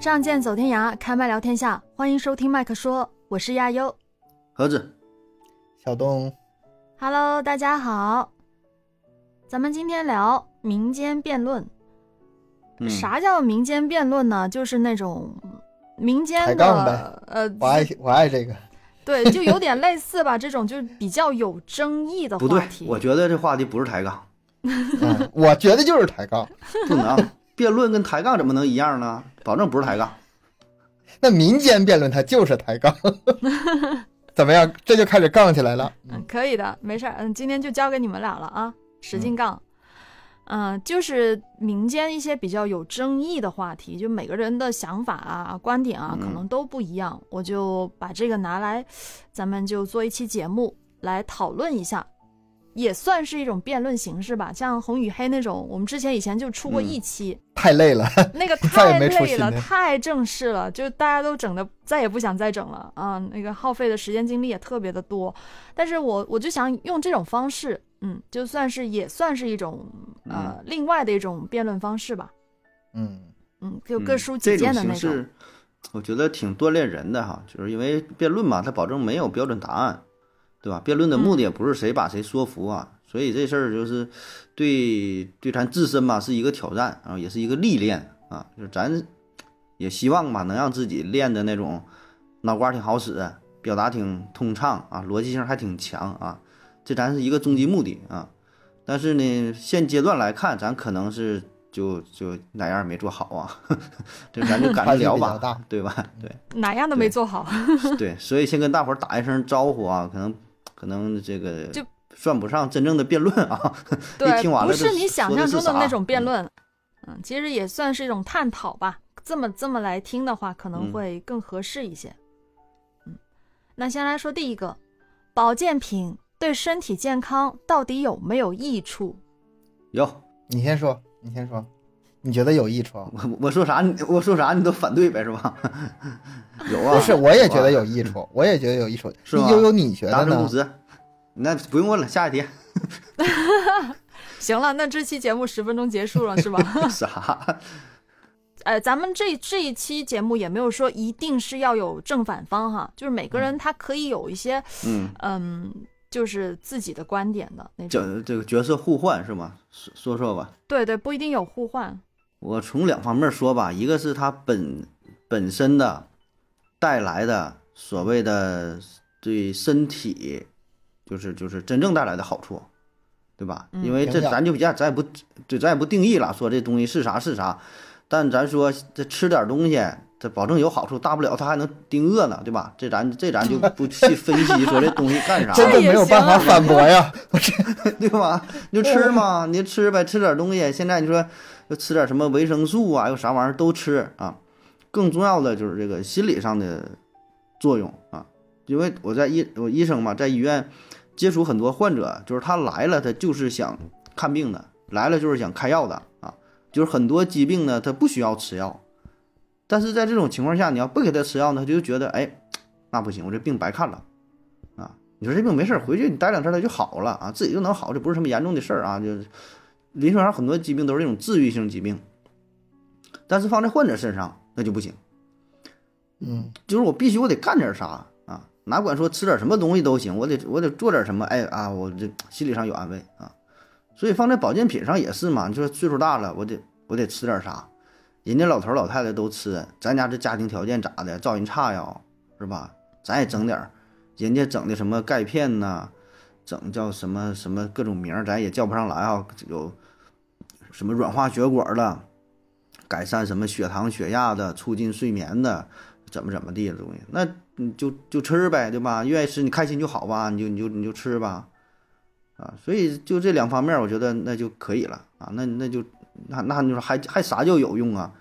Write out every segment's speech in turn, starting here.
仗剑走天涯，开麦聊天下，欢迎收听麦克说，我是亚优。盒子，小东， Hello，大家好，咱们今天聊民间辩论。嗯，啥叫民间辩论呢？就是那种民间抬杠呗的，呃，我爱我爱这个，对，就有点类似吧，这种就是比较有争议的不话对题。，我觉得这话题不是抬杠，嗯，我觉得就是抬杠。不能辩论跟抬杠怎么能一样呢？保证不是抬杠。那民间辩论它就是抬杠， 怎么样？这就开始杠起来了。嗯，可以的，没事儿。嗯，今天就交给你们俩了啊，使劲杠。嗯、就是民间一些比较有争议的话题，就每个人的想法啊、观点啊，嗯可能都不一样。我就把这个拿来，咱们就做一期节目来讨论一下，也算是一种辩论形式吧。像红与黑那种，我们之前以前就出过一期，太累了， 那个 再太也没出累新了，的太正式了，就是大家都整的再也不想再整了啊，那个耗费的时间精力也特别的多。但是我我就想用这种方式，嗯，就算是也算是一种呃、嗯另外的一种辩论方式吧，嗯，嗯，就各嗯抒己见的那这种形式，我觉得挺锻炼人的哈，就是因为辩论嘛，它保证没有标准答案，对吧？辩论的目的也不是谁把谁说服啊，所以这事儿就是对对咱自身吧是一个挑战，然、后也是一个历练啊，就是咱也希望吧能让自己练的那种脑瓜挺好使，表达挺通畅啊，逻辑性还挺强啊，这咱是一个终极目的啊。但是呢，现阶段来看，咱可能是就就哪样儿没做好啊， 这咱就赶着聊差距比较吧大，对吧？对，哪样都没做好，对，所以先跟大伙儿打一声招呼啊，可能可能这个就算不上真正的辩论啊，对，一听完不了是就你想说象是中的啥那种辩，论，嗯，其实也算是一种探讨吧。这么这么来听的话，可能嗯会更合适一些。嗯，那先来说第一个，保健品对身体健康到底有没有益处？有你先说，你先说，你觉得有益处？我我说啥你我说啥你都反对呗是吧？ 有啊，不是，我也觉得有啊，有益处，我也觉得有益处。是吧悠悠，你觉达得成共呢？识。那不用问了，下一题 行了，那这期节目十分钟结束了是吧？ 啥？呃，咱们这这一期节目也没有说一定是要有正反方哈，就是每个人他可以有一些嗯，嗯，就是自己的观点的那种。这这个角色互换是吗？说说说吧，对对，不一定有互换。我从两方面说吧，一个是它本本身的带来的所谓的对身体，就是就是真正带来的好处，对吧？嗯因为这影响，咱就比较咱也不对，咱也不定义了，说这东西是啥是啥，但咱说这吃点东西，这保证有好处，大不了它还能盯饿呢，对吧？这咱这咱就不去分析说这东西干啥 真的没有办法反 驳呀。对吧？你就吃嘛，你就吃呗，吃点东西。现在你说就吃点什么维生素啊，又啥玩意儿都吃啊。更重要的就是这个心理上的作用啊，因为我在医我医生嘛，在医院接触很多患者，就是他来了，他就是想看病的，来了就是想开药的啊，就是很多疾病呢，他不需要吃药，但是在这种情况下，你要不给他吃药呢，他就觉得哎，那不行，我这病白看了。啊，你说这病没事儿，回去你待两天它就好了啊，自己就能好，这不是什么严重的事儿啊。就是临床上很多疾病都是这种治愈性疾病，但是放在患者身上那就不行，嗯，就是我必须我得干点啥啊，哪管说吃点什么东西都行，我得我得做点什么，哎啊，我这心理上有安慰啊。所以放在保健品上也是嘛，你说岁数大了，我得我得吃点啥，人家老头儿老太太都吃，咱家这家庭条件咋的，照人差呀，是吧？咱也整点儿，人家整的什么钙片呐、整叫什么什么各种名儿，咱也叫不上来啊，有什么软化血管的，改善什么血糖血压的，促进睡眠的，怎么怎么地的东西，那你就就吃呗，对吧？愿意吃你开心就好吧，你就你就你就吃吧，啊，所以就这两方面，我觉得那就可以了啊，那那就那那你说还还啥叫有用啊，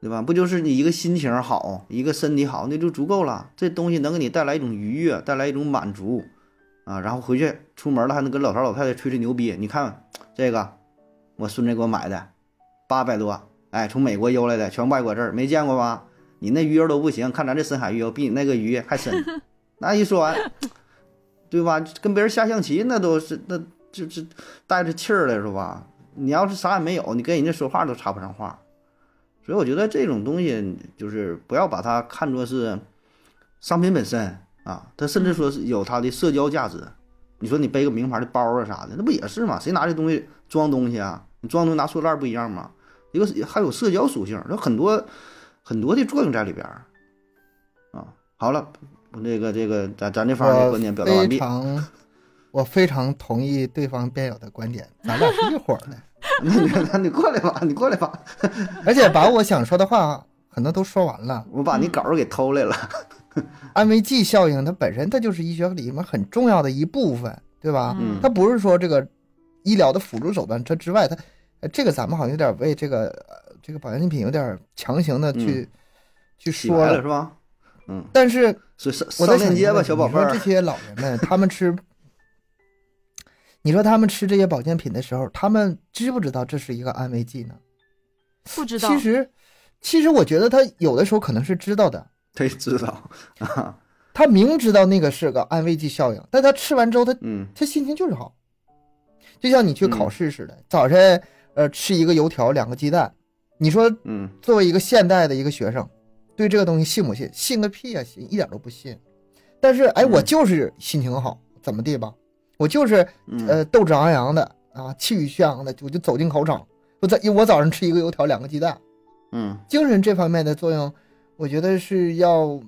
对吧？不就是你一个心情好，一个身体好，那就足够了。这东西能给你带来一种愉悦，带来一种满足，啊，然后回去出门了还能跟老头老太太吹吹牛逼，你看这个我孙子给我买的，八百多，哎，从美国邮来的，全卖过这儿，没见过吧？你那鱼肉都不行，看咱这深海鱼肉比你那个鱼还深。那一说完，对吧？跟别人下象棋那都是那就就带着气儿了是吧？你要是啥也没有，你跟人家说话都插不上话，所以我觉得这种东西就是不要把它看作是商品本身啊，它甚至说是有它的社交价值。你说你背个名牌的包啊啥的，那不也是吗？谁拿这东西装东西啊？你装东西拿塑料袋不一样吗？一个是还有社交属性，有很多很多的作用在里边儿啊。好了，这个这个咱咱这方面的观点表达我完毕非。常，我非常同意对方辩友的观点，咱俩是一伙儿的，那你那 你过来吧，你过来吧，而且把我想说的话可能都说完了。我把你稿儿给偷来了。安慰剂效应它本身它就是医学里面很重要的一部分，对吧？嗯它不是说这个医疗的辅助手段，这之外，它呃这个咱们好像有点为这个呃这个保健品有点强行的去、去洗说白嗯了了。是吧？嗯，但是所以上上我在想链一接个吧，问题，小宝贝你说儿这。些老人们，他们吃，你说他们吃这些保健品的时候，他们知不知道这是一个安慰剂呢？不知道其实，其实我觉得他有的时候可能是知道的，对，知道啊，他明知道那个是个安慰剂效应，但他吃完之后，他嗯他心情就是好，就像你去嗯考试似的，早晨呃吃一个油条，两个鸡蛋，你说嗯作为一个现代的一个学生，对这个东西信不信？信个屁呀、信一点都不信。但是哎，嗯我就是心情好，怎么地吧？我就是嗯，呃斗志昂扬的啊，气宇轩昂的，我就走进考场。我早我早上吃一个油条，两个鸡蛋，嗯精神这方面的作用，我觉得是要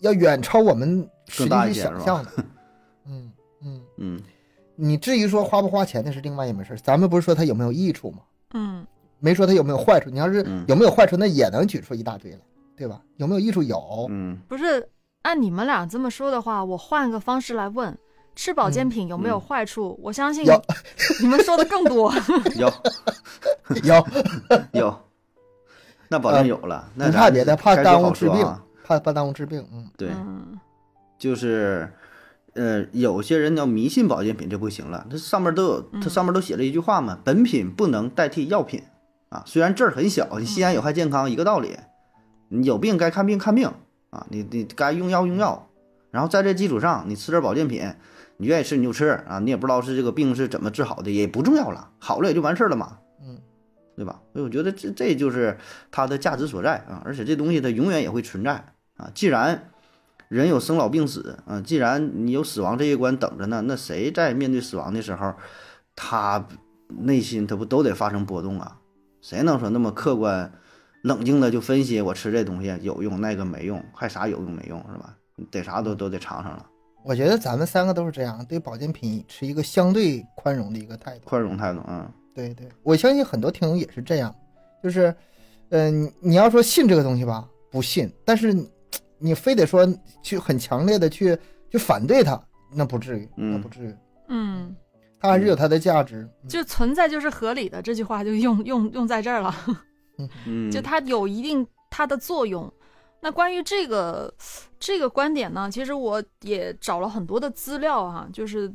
要远超我们更实际大去一些想是吧象的。 嗯嗯。嗯，你至于说花不花钱，那是另外一回事儿。咱们不是说它有没有益处吗？嗯没说它有没有坏处。你要是嗯有没有坏处，那也能举出一大堆来，对吧？有没有益处？有。嗯不是按你们俩这么说的话，我换个方式来问。吃保健品有没有嗯坏处？我相信有你们说的更多。有嗯有，有，那保证有了。 那不咱呃怕别的，怕该耽说误好治说病啊。，怕怕耽误治病。嗯， 对，嗯，就是呃，有些人要迷信保健品，这不行了。这上面都有，它上面都写了一句话嘛，本品不能代替药品啊。虽然字儿很小，你西安有害健康一个道理。你有病该看病看病啊，你你该用药用药，然后在这基础上你吃点保健品，你愿意吃你就吃啊，你也不知道是这个病是怎么治好的，也不重要了，好了也就完事儿了嘛。嗯。对吧？所以我觉得这这就是它的价值所在啊，而且这东西它永远也会存在啊。既然人有生老病死啊，既然你有死亡这一关等着呢，那谁在面对死亡的时候，他内心他不都得发生波动啊？谁能说那么客观、冷静的就分析我吃这东西有用，那个没用，还啥有用没用是吧？得啥都都得尝尝了，我觉得咱们三个都是这样，对保健品持一个相对宽容的一个态度。宽容态度啊，对对，我相信很多听友也是这样，就是，嗯、你你要说信这个东西吧，不信，但是你你非得说去很强烈的去去反对它，那不至于，那嗯不至于。嗯，它还是有它的价值。就存在就是合理的这句话就用用用在这儿了，嗯，就它有一定它的作用。那关于这个这个观点呢，其实我也找了很多的资料啊，就是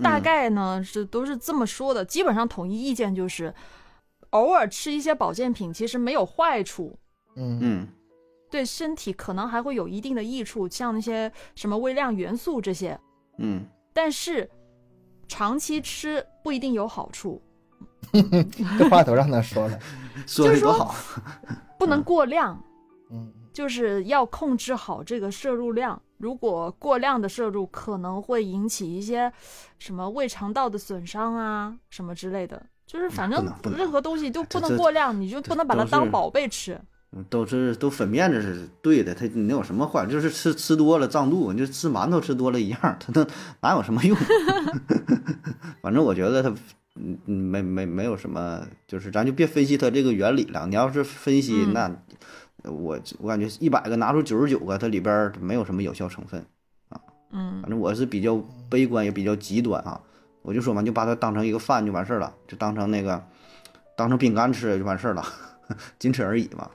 大嗯概呢是都是这么说的，基本上统一意见就是，偶尔吃一些保健品其实没有坏处，嗯嗯嗯对身体可能还会有一定的益处，像那些什么微量元素这些，嗯，但是长期吃不一定有好处，这话都让他说了。说的多好，啊不能嗯过量，嗯，就是要控制好这个摄入量。如果过量的摄入，可能会引起一些什么胃肠道的损伤啊，什么之类的。就是反正嗯不能不能任何东西都不这能这过量，你就不能把它都当是宝贝吃。嗯都是都粉面子是对的，他你能有什么坏？就是吃吃多了胀肚，你就吃馒头吃多了一样，他那哪有什么用？ 反正我觉得他，嗯嗯，没没没有什么，就是咱就别分析它这个原理了。你要是分析，嗯那我我感觉一百个拿出九十九个，它里边儿没有什么有效成分。嗯反正我是比较悲观，也比较极端啊。我就说嘛，就把它当成一个饭就完事儿了，就当成那个当成饼干吃就完事儿了， 仅此而已嘛。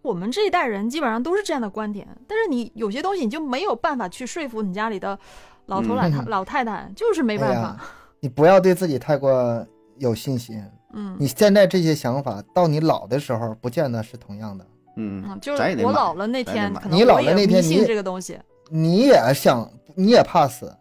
我们这一代人基本上都是这样的观点，但是你有些东西你就没有办法去说服你家里的老头老太、嗯哎老太太，就是没没办法。你不要对自己太过有信心。嗯你现在这些想法，到你老的时候，不见得是同样的。嗯嗯，就是咱也得我买老了那咱也天，买可能你老我了也那天迷你信也这个东西。你也想，你也怕死，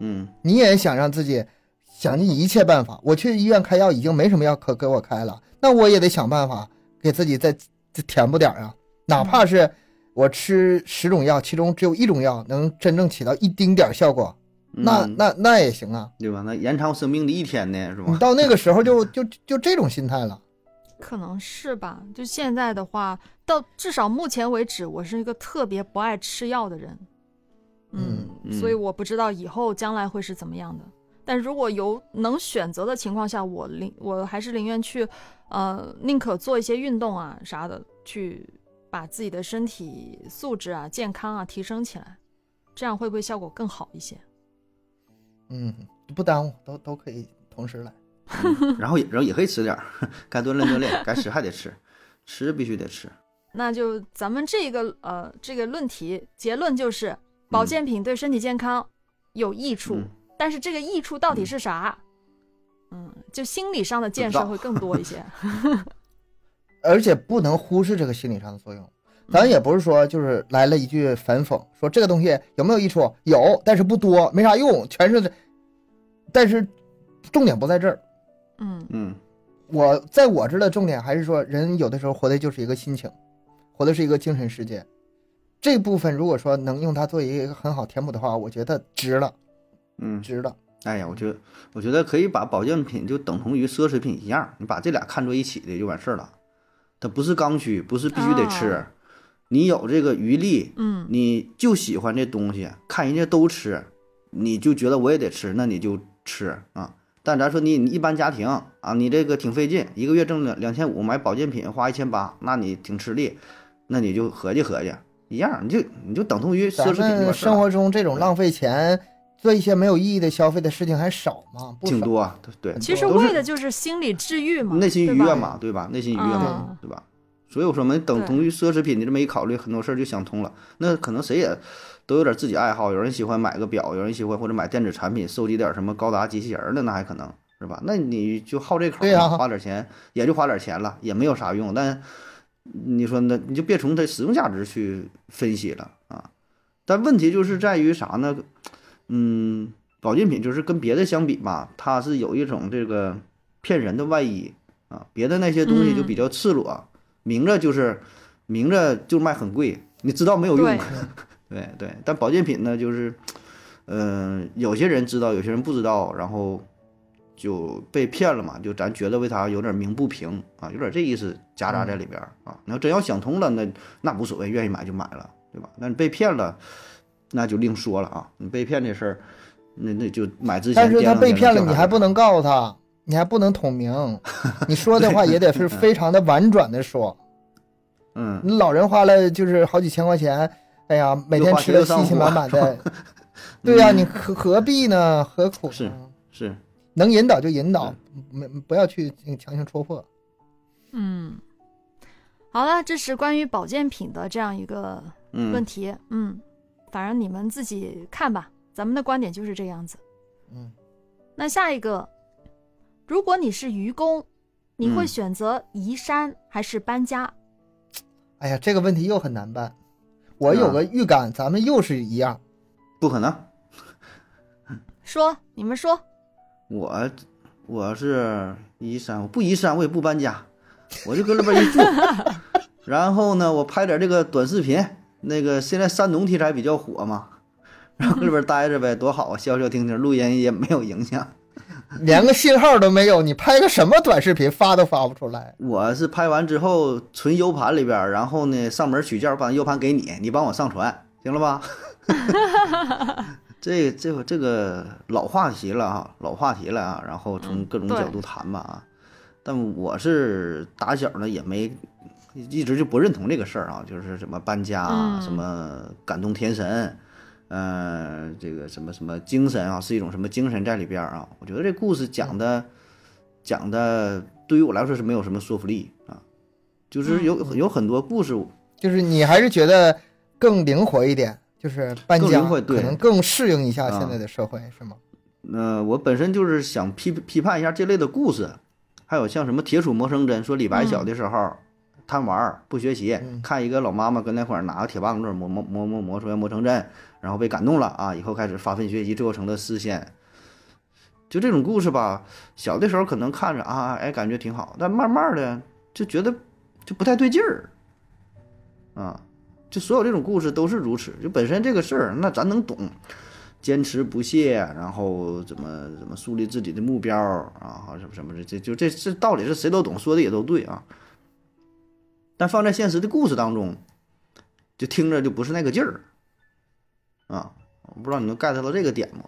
嗯你也想让自己想尽一切办法。我去医院开药已经没什么药可给我开了，那我也得想办法给自己再再填补点儿啊，哪怕是我吃十种药，其中只有一种药能真正起到一丁点儿效果，那嗯那那也行啊。对吧？那延长生命的一天呢，是 你吧？到那个时候就就就这种心态了，可能是吧。就现在的话，到至少目前为止，我是一个特别不爱吃药的人，嗯，嗯所以我不知道以后将来会是怎么样的。但如果有能选择的情况下，我宁我还是宁愿去，呃，宁可做一些运动啊啥的，去把自己的身体素质啊、健康啊提升起来，这样会不会效果更好一些？嗯，不耽误，都都可以同时来。嗯 然后也然后也可以吃点儿， 该锻炼锻炼，该吃还得吃，吃必须得吃。那就咱们这个呃这个论题结论就是，保健品对身体健康有益处，嗯但是这个益处到底是啥？嗯，就心理上的建设会更多一 些。而且不能忽视这个心理上的作用。咱也不是说就是来了一句反讽，说这个东西有没有益处？有，但是不多，没啥用，全是。但是重点不在这儿，嗯嗯我在我这儿的重点还是说，人有的时候活的就是一个心情，活的是一个精神世界。这部分如果说能用它做一个很好填补的话，我觉得值了，嗯，值了。哎呀，我觉得我觉得可以把保健品就等同于奢侈品一样，你把这俩看作一起的就完事儿了。它不是刚需，不是必须得吃，啊你有这个余力，嗯，你就喜欢这东西，看人家都吃，你就觉得我也得吃，那你就吃啊。但咱说你你一般家庭啊，你这个挺费劲，一个月挣两两千五，买保健品花一千八，那你挺吃力，那你就合计合计，一样，你就你就等同于奢咱侈品就完事们儿了生活中这种浪费钱、做一些没有意义的消费的事情还少吗？不挺少。多啊，对对，其实都是为的就是心理治愈嘛，内心愉对悦吧？嘛，对吧？内心愉悦嘛，嗯对吧？所以我说，我们等对同于奢侈品，你这么一考虑，很多事儿就想通了。那可能谁也都有点自己爱好，有人喜欢买个表，有人喜欢或者买电子产品，收集点什么高达机器人儿的，那还可能是吧？那你就好这口儿，对呀花点钱也就花点钱了，也没有啥用。但你说那你就别从它使用价值去分析了啊。但问题就是在于啥呢？嗯，保健品就是跟别的相比吧，它是有一种这个骗人的外衣啊，别的那些东西就比较赤裸，明着就是明着就卖很贵，你知道没有用，对 对对。但保健品呢，就是，嗯、有些人知道，有些人不知道，然后就被骗了嘛，就咱觉得为他有点鸣不平啊，有点这意思夹杂在里边儿啊。你要真要想通了，那那无所谓，愿意买就买了，对吧？那你被骗了，那就另说了啊。你被骗这事儿，那那就买之前但是掂他量被掂量骗了，就你好还不能告诉他，你还不能捅明，你说的话也得是非常的婉转的说。嗯，你老人花了就是好几千块钱，哎呀，每天吃的稀稀满满的，对呀、你何何必呢？何苦呢是是，能引导就引导，没不要去强行戳破。嗯，好了，这是关于保健品的这样一个嗯问，题。嗯反正你们自己看吧，咱们的观点就是这样子。嗯，那下一个，如果你是愚公，你会嗯选择移山还是搬家？哎呀，这个问题又很难办。我有个预感，咱们又是一样。不可能。说，你们说，我我是移山，我不移山，我也不搬家，我就搁那边 一住。然后呢，我拍点这个短视频，那个现在山农题材比较火嘛，然后搁里边待着呗，多好啊，消消停停，录音也没有影响。连个信号都没有，你拍个什么短视频发都发不出来。我是拍完之后存 U 盘里边儿，然后呢上门取件儿，把 U 盘给你，你帮我上传，行了吧？这这个这个老话题了啊，老话题了啊，然后从各种角度谈吧啊。但我是打小呢也没一直就不认同这个事儿啊，就是什么搬家啊，嗯什么感动天神，呃，这个什么什么精神啊，是一种什么精神在里边儿啊。我觉得这故事讲的、讲的对于我来说是没有什么说服力啊，就是有、有很多故事，就是你还是觉得更灵活一点，就是搬更家灵活对可能更适应一下啊现在的社会，是吗？呃，我本身就是想批批判一下这类的故事，还有像什么《铁杵磨成针》，说李白小的时候、贪玩儿不学习，嗯看一个老妈妈跟那块儿拿个铁棒棍磨磨磨磨磨出来磨成针，然后被感动了啊，以后开始发奋学习，最后成了诗仙。就这种故事吧，小的时候可能看着啊，哎，感觉挺好，但慢慢的就觉得就不太对劲儿，啊，就所有这种故事都是如此。就本身这个事儿，那咱能懂，坚持不懈，然后怎么怎么树立自己的目标啊，什么什么的，这就这这道理是谁都懂，说的也都对啊。但放在现实的故事当中，就听着就不是那个劲儿，啊，我不知道你能 get 到这个点吗？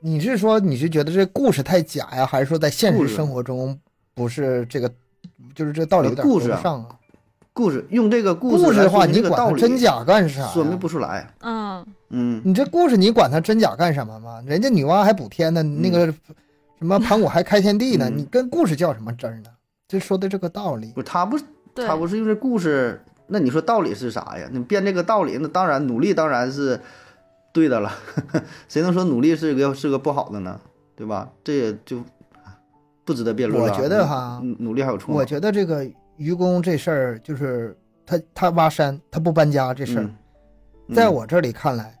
你是说你是觉得这故事太假呀，还是说在现故实事生活中不是这个，就是这个道理有点故事说啊不上啊？故事用这个故故事事来的说话，明你这个管道它理，真假干啥呀？说明不出来。嗯，嗯，你这故事你管它真假干什么嘛？人家女娲还补天呢，那个什么盘古还开天地呢，嗯你跟故事叫什么真儿呢？这说的这个道理不，是他不对，他不是用这故事，那你说道理是啥呀？你编这个道理，那当然努力当然是对的了， 谁能说努力是个是个不好的呢？对吧？这也就不值得辩论我了。觉得哈努，努力还有错吗。我觉得这个愚公这事儿，就是他他挖山，他不搬家这得事儿，嗯、在我这里看来，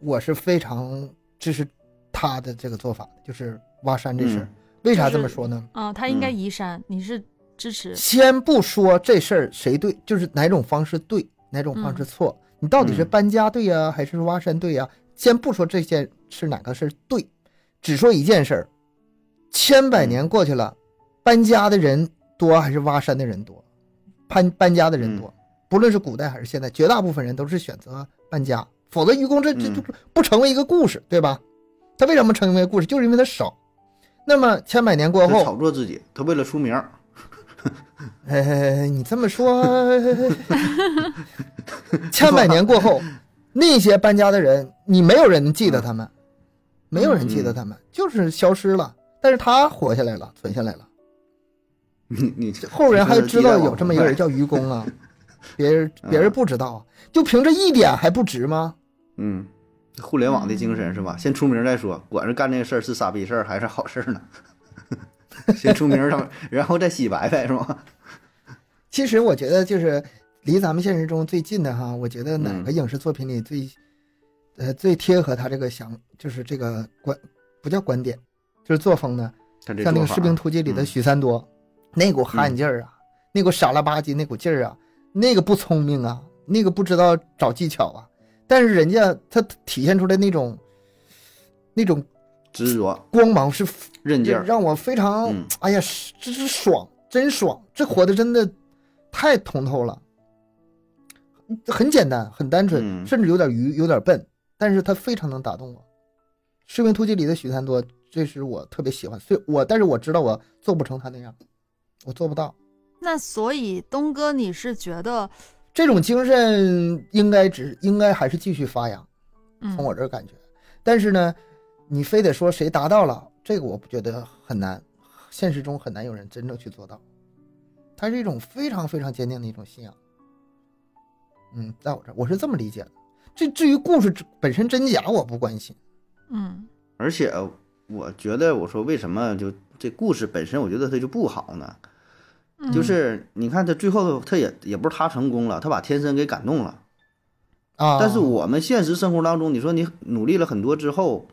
我是非常支持他的这个做法的，就是挖山这事儿。为啥这么说呢？啊，他应该嗯移山，你是支持，先不说这事儿谁对，就是哪种方式对，哪种方式错，你到底是嗯搬家对呀、还是挖山对呀、先不说这件是哪个事儿对，啊只说一件事儿，千百年过去了，嗯搬家的人多还是挖山的人多？搬搬家的人多，嗯不论是古代还是现在，绝大部分人都是选择搬家，否则愚公这这嗯这不成为一个故事，对吧？他为什么成为故事？就是因为他少。那么千百年过嗯他后，炒作自己，他为了出名儿，呃，你这么说， 千百年过后，那些搬家的人，你没有人记得他们，没有人记得他们，就是消失了。但是他活下来了，存下来了，你你 后人还知道有这么一个人叫叫愚公啊，别人嗯别人不知道啊，就凭这一点还不值吗？嗯。互联网的精神是吧？先出名再说，管是干这个事儿是傻逼事儿还是好事儿呢？ 先出名儿，他然后再洗白呗，是吧？其实我觉得就是离咱们现实中最近的哈，我觉得哪嗯个影视作品里最，呃，最贴合他这个想，就是这个观不叫观点，就是作风呢。他这像做那个《法士兵突击》里的嗯许三多，那股悍劲儿啊，那股傻了吧唧那股劲儿啊，那个不聪明啊，那个不知道找技巧啊，但是人家他体现出来那种那种执着、光芒是韧劲儿，让我非常，嗯哎呀，是这是爽，真爽，这活的真的太通透了。很简单，很单纯，嗯甚至有点愚，有点笨，但是他非常能打动我。《士兵突击》里的许三多，这是我特别喜欢。虽我，但是我知道我做不成他那样，我做不到。那所以东哥你是觉得，这种精神应该只应该还是继续发扬，嗯从我这儿感觉。但是呢，你非得说谁达到了，这个我不觉得很难，现实中很难有人真正去做到。它是一种非常非常坚定的一种信仰。嗯，在我这儿我是这么理解的。这至于故事本身真假，我不关心。嗯而且我觉得，我说为什么就这故事本身，我觉得它就不好呢？嗯就是你看他最后他也也不是他成功了，他把天生给感动了。啊，但是我们现实生活当中，你说你努力了很多之后，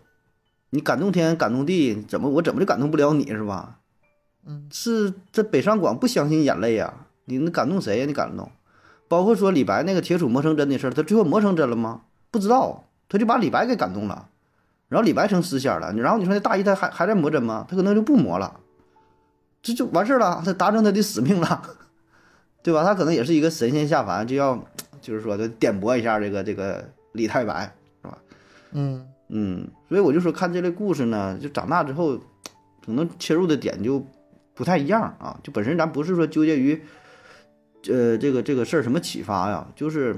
你感动天感动地，怎么我怎么就感动不了你是吧？嗯，是这北上广不相信眼泪呀、你能感动谁呀、你感动？包括说李白那个铁杵磨成针的事儿，他最后磨成针了吗？不知道，他就把李白给感动了，然后李白成诗仙了。然后你说那大姨他还还在磨针吗？他可能就不磨了，这就完事儿了，他达成他的使命了，对吧？他可能也是一个神仙下凡，就要就是说的点拨一下这个这个李太白，嗯，嗯，所以我就说看这类故事呢，就长大之后，可能切入的点就不太一样啊。就本身咱不是说纠结于，呃，这个这个事儿什么启发呀，就是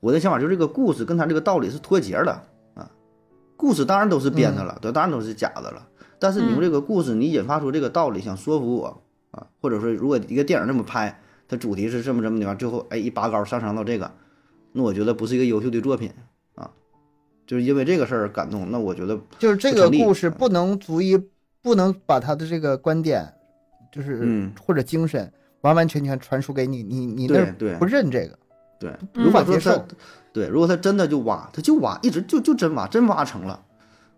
我的想法就是这个故事跟他这个道理是脱节了啊。故事当然都是编的了，都、当然都是假的了。但是你用嗯这个故事，你引发出这个道理，想说服我啊，或者说如果一个电影这么拍，它主题是这么这么的，完最后哎一拔高上升到这个，那我觉得不是一个优秀的作品啊。就是因为这个事儿感动，那我觉得就是这个成立嗯故事不能足以不能把他的这个观点，就是、嗯或者精神完完全全传输给你，你你那对儿对不认这个。对，嗯如果无法说接他受，对，如果他真的就挖，他就挖，一直就就真挖，真挖成了，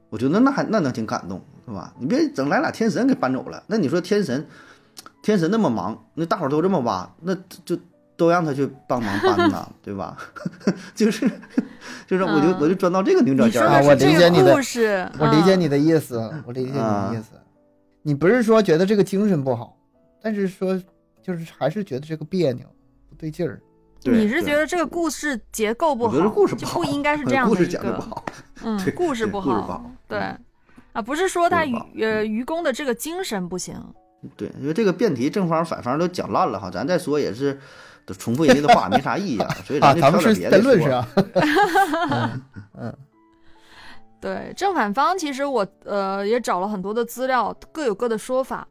我觉得那还那能挺感动，是吧？你别整来俩天神给搬走了，那你说天神，天神那么忙，那大伙儿都这么挖，那就都让他去帮忙 搬呐，对吧？ 就是就是，我就我就钻到这个牛嗯角啊你说尖儿的啊了。是我理解这你个的故事，我理解嗯你的意思，我理解你的啊意思。你不是说觉得这个精神不好，但是说就是还是觉得这个别扭，不对劲儿。对啊你是对觉得这个故事结构不我好，觉得故事不就好，不应该是这样故的事一讲的不个，好，嗯对，故事对不故事不好好，对嗯，啊，不是说他故事愚不好呃嗯愚公的这个精神不行，对，因为这个辩题正方反方都讲烂了哈，咱再说也是都重复人家的 话，没啥意义啊，所以啊，咱就咱挑们点是别在的论说是啊，嗯嗯，对，正反方其实我呃也找了很多的资料，各有各的说法。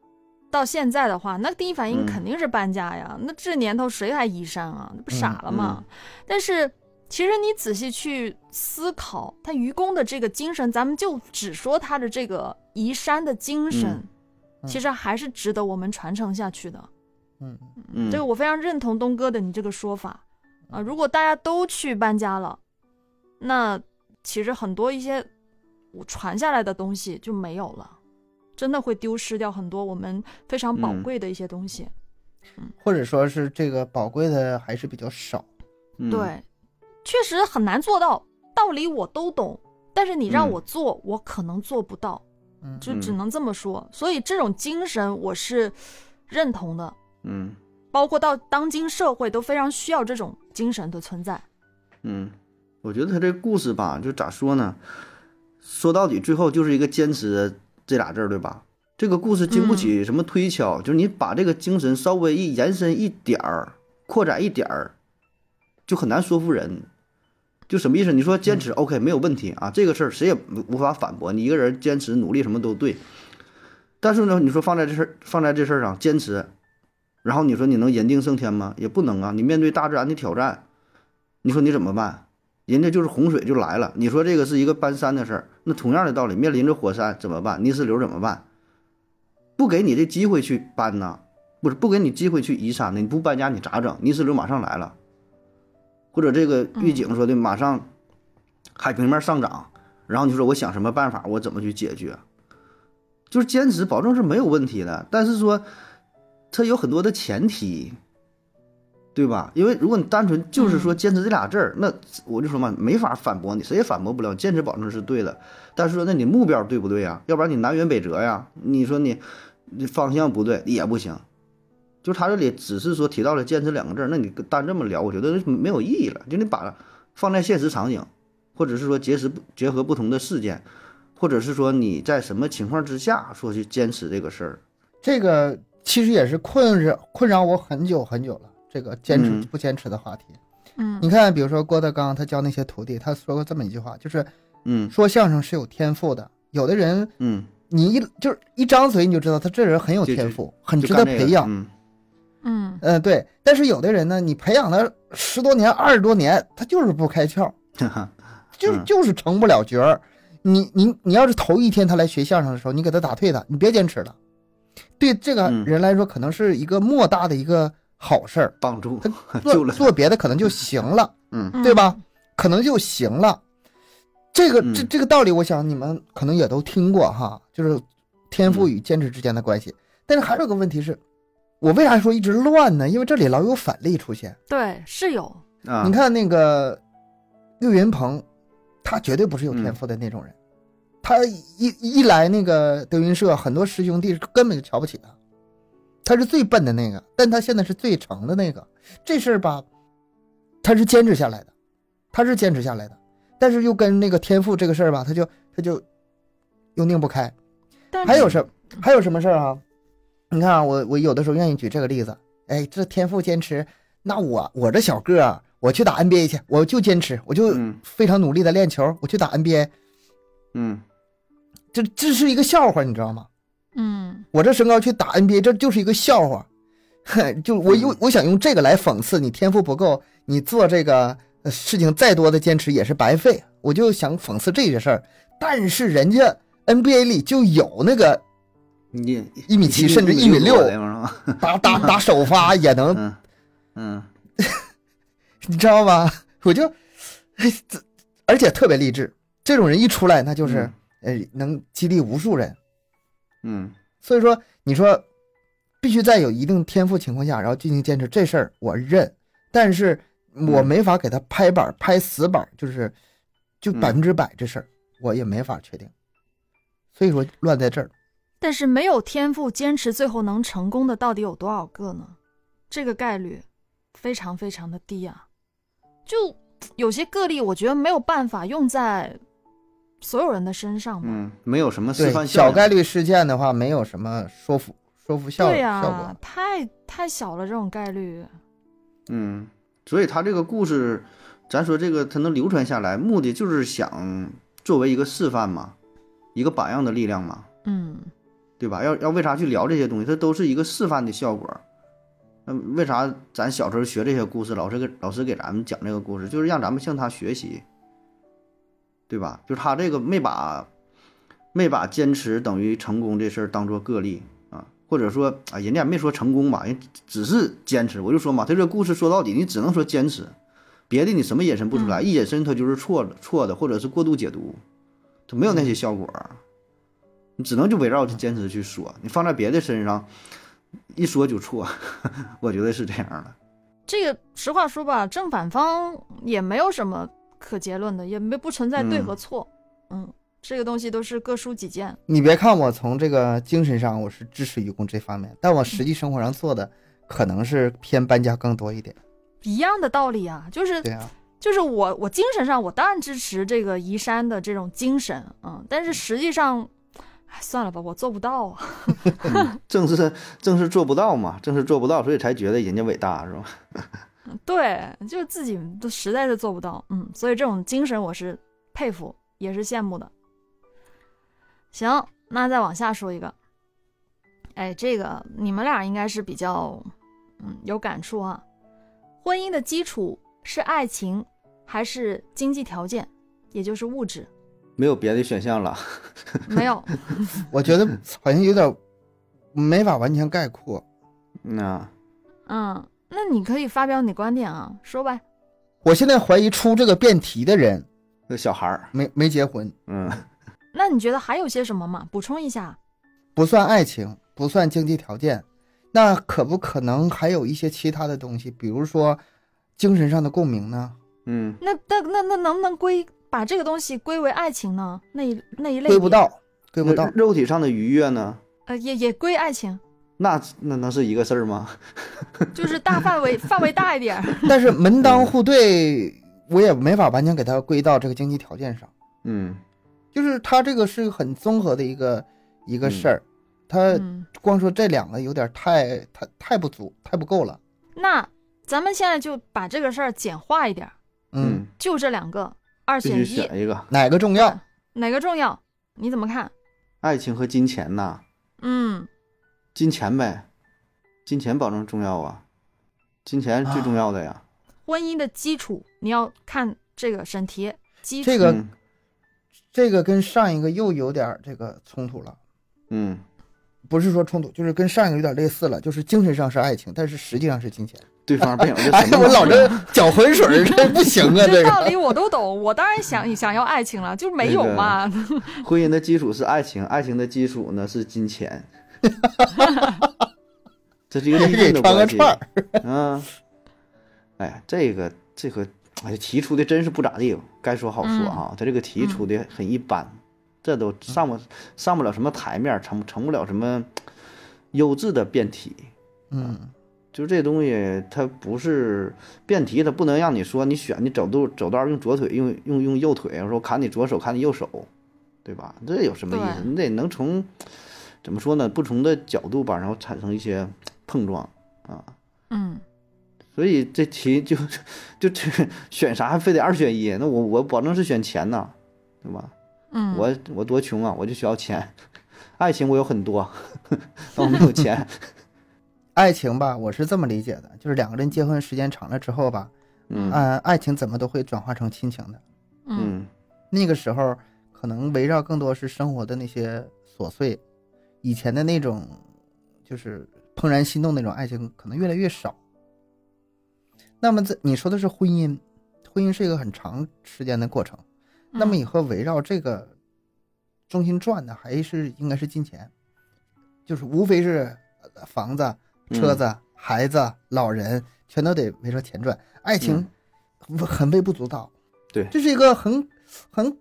到现在的话，那第一反应嗯肯定是搬家呀，那这年头谁还移山啊？那不嗯傻了吗？但是其实你仔细去思考，他愚公的这个精神，咱们就只说他的这个移山的精神，嗯嗯其实还是值得我们传承下去的。 嗯，嗯，这个我非常认同东哥的你这个说法啊。如果大家都去搬家了，那其实很多一些我传下来的东西就没有了，真的会丢失掉很多我们非常宝嗯贵的一些东西。或者说是这个宝贵的还是比较少。嗯，对，确实很难做到，道理我都懂，但是你让嗯我做，我可能做不到，嗯，就只嗯能这么说。所以这种精神我是认同的，嗯包括到当今社会都非常需要这种精神的存在。嗯，我觉得他这故事吧，就咋说呢？说到底，最后就是一个坚持这俩字儿，对吧？这个故事经不起什么推敲，就是你把这个精神稍微一延伸一点儿，扩展一点儿，就很难说服人。就什么意思？你说坚持、OK 没有问题啊，这个事儿谁也无无法反驳，你一个人坚持努力什么都对。但是呢，你说放在这事儿放在这事儿上坚持，然后你说你能人定胜天吗？也不能啊！你面对大自然的挑战，你说你怎么办？人家就是洪水就来了，你说这个是一个搬山的事儿，那同样的道理，面临着火山怎么办？泥石流怎么办？不给你这机会去搬呐，不是不给你机会去移山呢？你不搬家你咋整？泥石流马上来了，或者这个预警说的马上海平面上涨，然后你说我想什么办法，我怎么去解决？就是坚持，保证是没有问题的，但是说它有很多的前提，对吧？因为如果你单纯就是说坚持这俩字儿，那我就说嘛，没法反驳你，谁也反驳不了。坚持保证是对的，但是说那你目标对不对呀？要不然你南辕北辙呀？你说你你方向不对也不行。就他这里只是说提到了坚持两个字儿，那你单这么聊，我觉得没有意义了。就你把放在现实场景，或者是说结识不结合不同的事件，或者是说你在什么情况之下说去坚持这个事儿，这个其实也是困扰困扰我很久很久了。这个坚持嗯不坚持的话题，嗯你看，比如说郭德纲他教那些徒弟，他说过这么一句话，就是嗯说相声是有天赋的，有的人嗯，你一就是一张嘴你就知道他这人很有就天就赋，很就值干得这个培养。嗯 嗯。嗯、对。但是有的人呢，你培养他十多年、二十多年，他就是不开窍，哈哈，就是嗯就是成不了角儿。你你你要是头一天他来学相声的时候，你给他打退他，你别坚持了。对这个嗯人来说，可能是一个莫大的一个好事儿。帮助他 救做了做别的可能就行了，嗯对吧？可能就行了。这个这嗯这个道理，我想你们可能也都听过哈，就是天嗯赋与坚持之间的关系。但是还有个问题是，我为啥说一直乱呢？因为这里老有反例出现。对，是有，啊，你看那个岳云鹏，他绝对不是有天赋的那种人。他一一来那个德云社，很多师兄弟根本就瞧不起他，他是最笨的那个，但他现在是最成的那个。这事儿吧，他是坚持下来的，他是坚持下来的，但是又跟那个天赋这个事儿吧，他就他就又拧不开。但还有是什还有什么事儿啊？你看啊，我我有的时候愿意举这个例子，哎，这天赋坚持，那我我这小个儿，啊我去打 NBA 去，我就坚持，我就嗯非常努力的练球，我去打 NBA，嗯这这是一个笑话，你知道吗？嗯我这身高去打 NBA，这就是一个笑话。哼， 就我用嗯我想用这个来讽刺你天赋不够，你做这个呃事情再多的坚持也是白费。我就想讽刺这些事儿，但是人家 NBA 里就有那个你一米七甚至一米六那玩意儿打打打首发也能嗯 嗯你知道吗？ 我就，哎这而且特别励志。这种人一出来，那就是、呃，能激励无数人。嗯所以说，你说必须在有一定天赋情况下，然后进行坚持，这事儿我认。但是我嗯没法给他拍板儿、拍死板儿，就是就嗯百分之百这事儿，我也没法确定。所以说乱在这儿，但是没有天赋坚持，最后能成功的到底有多少个呢？这个概率非常非常的低啊！就有些个例，我觉得没有办法用在所有人的身上嘛。嗯，没有什么示对范效小应概率事件的话，没有什么说服说服效对呀、效果。太太小了这种概率。嗯，所以他这个故事，咱说这个他能流传下来，目的就是想作为一个示范嘛，一个榜样的力量嘛，嗯，对吧？要要为啥去聊这些东西？它都是一个示范的效果。那为啥咱小时候学这些故事，老师给老师给咱们讲这个故事，就是让咱们向他学习，对吧？就是他这个没把没把坚持等于成功这事儿当做个例啊，或者说啊，人家也没说成功吧，人只是坚持。我就说嘛，他这个故事说到底，你只能说坚持，别的你什么引申不出来，嗯一引申它就是错了错的，或者是过度解读，它没有那些效果。你只能就围绕着坚持去说，你放在别的身上，一说就错， 我觉得是这样的。这个实话说吧，正反方也没有什么可结论的，也没不存在对和错。嗯这个东西都是各抒己见。你别看我从这个精神上我是支持愚公这方面，但我实际生活上做的可能是偏搬家更多一点。一样的道理啊，就是对啊，就是我我精神上我当然支持这个移山的这种精神，嗯，但是实际上，哎，算了吧，我做不到啊。 正是正是做不到嘛，正是做不到，所以才觉得人家伟大，是吧？对，就是自己都实在是做不到，嗯，所以这种精神我是佩服，也是羡慕的。行，那再往下说一个，哎，这个你们俩应该是比较，嗯，有感触啊。婚姻的基础是爱情还是经济条件，也就是物质？没有别的选项了。没有，我觉得好像有点没法完全概括。那嗯，那你可以发表你的观点啊，说吧。我现在怀疑出这个辩题的人这小孩儿，没没结婚，嗯，那你觉得还有些什么吗？补充一下。不算爱情，不算经济条件，那可不可能还有一些其他的东西，比如说精神上的共鸣呢？嗯， 那那那那能不能归把这个东西归为爱情呢？那一那一类归别，不 到，归不那到。肉体上的愉悦呢？呃，也也归爱情， 那那能是一个事儿吗？就是大范围范围大一 点儿。但是门当户对，我也没法完全给它归到这个经济条件上。嗯，就是它这个是很综合的一个一个嗯事儿，它嗯，光说这两个有点太太太不足，太不够了。那咱们现在就把这个事儿简化一点儿，嗯，，就这两个，二必选须一，选一个，哪个重要？哪个重要？你怎么看？爱情和金钱呐，嗯，金钱呗，金钱保证重要啊，金钱最重要的啊呀。婚姻的基础你要看这个审题基础。这个嗯这个跟上一个又有点儿这个冲突了，嗯，不是说冲突，就是跟上一个有点类似了，就是精神上是爱情，但是实际上是金钱。对方别有这 哎什，么我老毛病 这搅浑水儿，这不行 啊，这这道理个。我都懂，我当然想想要爱情了，就是没有嘛。婚姻的基础是爱情，爱情的基础呢是金钱， 这是一个利给润的穿个关系。串儿，嗯，哎呀，这个这个，哎，提出的真是不咋地。该说好说啊，他这个题出的很一般，这都上不上不了什么台面，成成不了什么优质的辩题。 嗯，就这东西，它不是辩题，它不能让你说你选你走路走道用左腿，用用用右腿，我说砍你左手，砍你右手，对吧？这有什么意思？对你得能从怎么说呢？不同的角度吧，然后产生一些碰撞啊。 嗯，所以这题就 就这个选啥还非得二选一？那我我保证是选钱呐，对吧？嗯，我我多穷啊，我就需要钱。 爱情我有很多， 但我没有钱。爱情吧，我是这么理解的，就是两个人结婚时间长了之后吧，嗯嗯，爱情怎么都会转化成亲情的。嗯嗯那个时候可能围绕更多是生活的那些琐碎，以前的那种就是怦然心动那种爱情可能越来越少。那么这你说的是婚姻，婚姻是一个很长时间的过程。嗯那么以后围绕这个中心转的还是应该是金钱，就是无非是呃房子、车嗯子、孩子、老人，全都得围着钱赚。爱情很微不足道，嗯对这是一个很很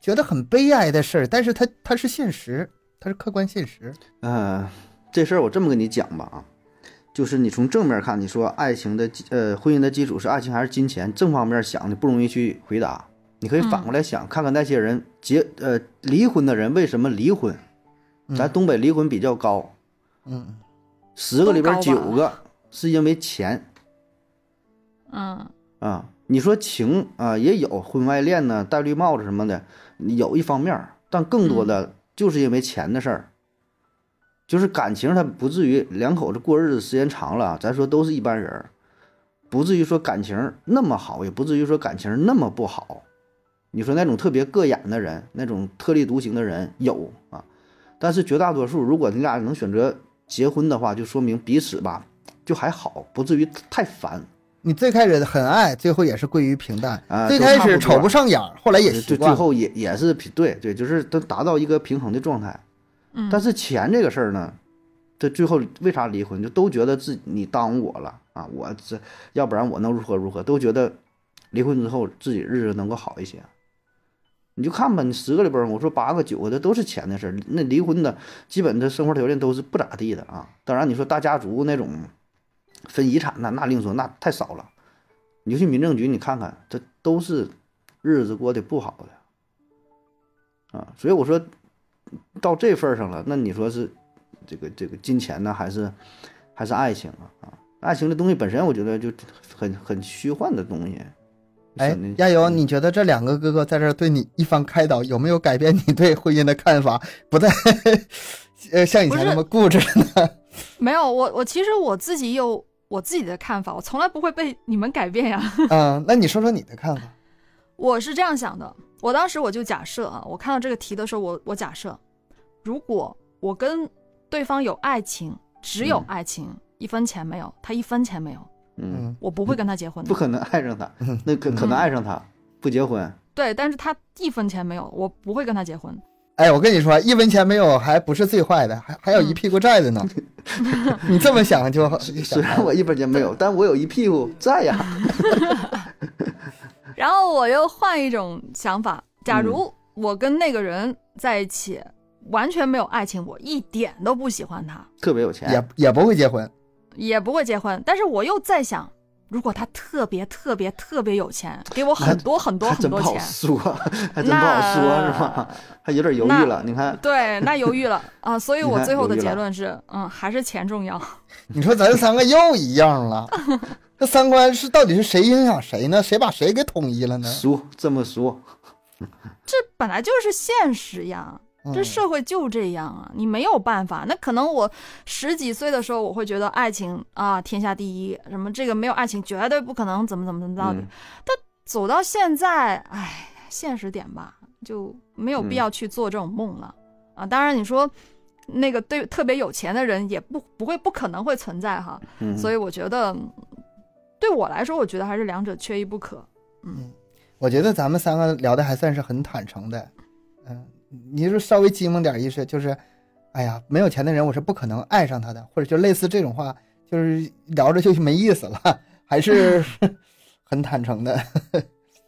觉得很悲哀的事儿，但是它它是现实，它是客观现实。呃，这事儿我这么跟你讲吧啊，就是你从正面看，你说爱情的基呃婚姻的基础是爱情还是金钱，正方面想你不容易去回答。你可以反过来想，看看那些人结呃离婚的人为什么离婚？嗯咱东北离婚比较高，嗯，十个里边都高吧九个是因为钱嗯啊。你说情啊也有婚外恋呢，戴绿帽子什么的，有一方面儿，但更多的就是因为钱的事儿。就是感情，它不至于两口子过日子时间长了，咱说都是一般人儿，不至于说感情那么好，也不至于说感情那么不好。你说那种特别膈眼的人，那种特立独行的人有啊，但是绝大多数，如果你俩能选择结婚的话，就说明彼此吧就还好，不至于太烦。你最开始很爱，最后也是归于平淡。啊最都开差始不多瞅不上眼儿，后来也习最惯最了。后也也是平对对，就是都达到一个平衡的状态。嗯，但是钱这个事儿呢，这最后为啥离婚？就都觉得自己你耽误我了啊，我这要不然我能如何如何？都觉得离婚之后自己日子能够好一些。你就看吧，你十个里边儿，我说八个九个的都是钱的事儿。那离婚的，基本的生活条件都是不咋地的啊。当然，你说大家族那种分遗产的，那另说，那太少了。你就去民政局，你看看，这都是日子过得不好的啊。所以我说，到这份儿上了，那你说是这个这个金钱呢，还是还是爱情啊？啊，爱情这东西本身，我觉得就很很虚幻的东西。哎想那，亚友，你觉得这两个哥哥在这儿对你一番开导，有没有改变你对婚姻的看法？不再呃像以前那么固执了呢？没有我我其实我自己有我自己的看法，我从来不会被你们改变呀。 嗯，那你说说你的看法。我是这样想的，我当时我就假设啊，我看到这个题的时候，我我假设，如果我跟对方有爱情，只有嗯爱情，一分钱没有，他一分钱没有，嗯，嗯我不会跟他结婚不的。可能爱上他，那可可能爱上他，不结婚，对，但是他一分钱没有，我不会跟他结婚。哎，我跟你说，一文钱没有还不是最坏的，还还有一屁股债的呢。你这么想就虽然我一分钱没有，但我有一屁股债呀。 然后我又换一种想法，假如嗯我跟那个人在一起，完全没有爱情，我一点都不喜欢他，特别有钱，也也不会结婚。也不会结婚。但是我又在想，如果他特别特别特别有钱，给我很多很多还很真不多好钱， 说，还真不好那说，是吧？？ 还有点犹豫了。你看，对，那犹豫了啊，所以你我看最后的犹豫了结论是，嗯，还是钱重要。你说咱三个又一样了，这三观是到底是谁影响谁呢？谁把谁给统一了呢？俗这么俗，这本来就是现实呀，这嗯社会就这样啊，你没有办法。那可能我十几岁的时候，我会觉得爱情啊天下第一，什么这个没有爱情绝对不可能，怎么怎么怎么着的。嗯走到现在，哎，现实点吧，就没有必嗯要去做这种梦了、啊。当然，你说那个对特别有钱的人也不不会不可能会存在哈，嗯，所以我觉得嗯对我来说，我觉得还是两者缺一不可。我觉得咱们三个聊的还算是很坦诚的，嗯，你就是稍微激蒙点意思，就是，哎呀，没有钱的人我是不可能爱上他的，或者就类似这种话，就是聊着就没意思了， 还是很坦诚的。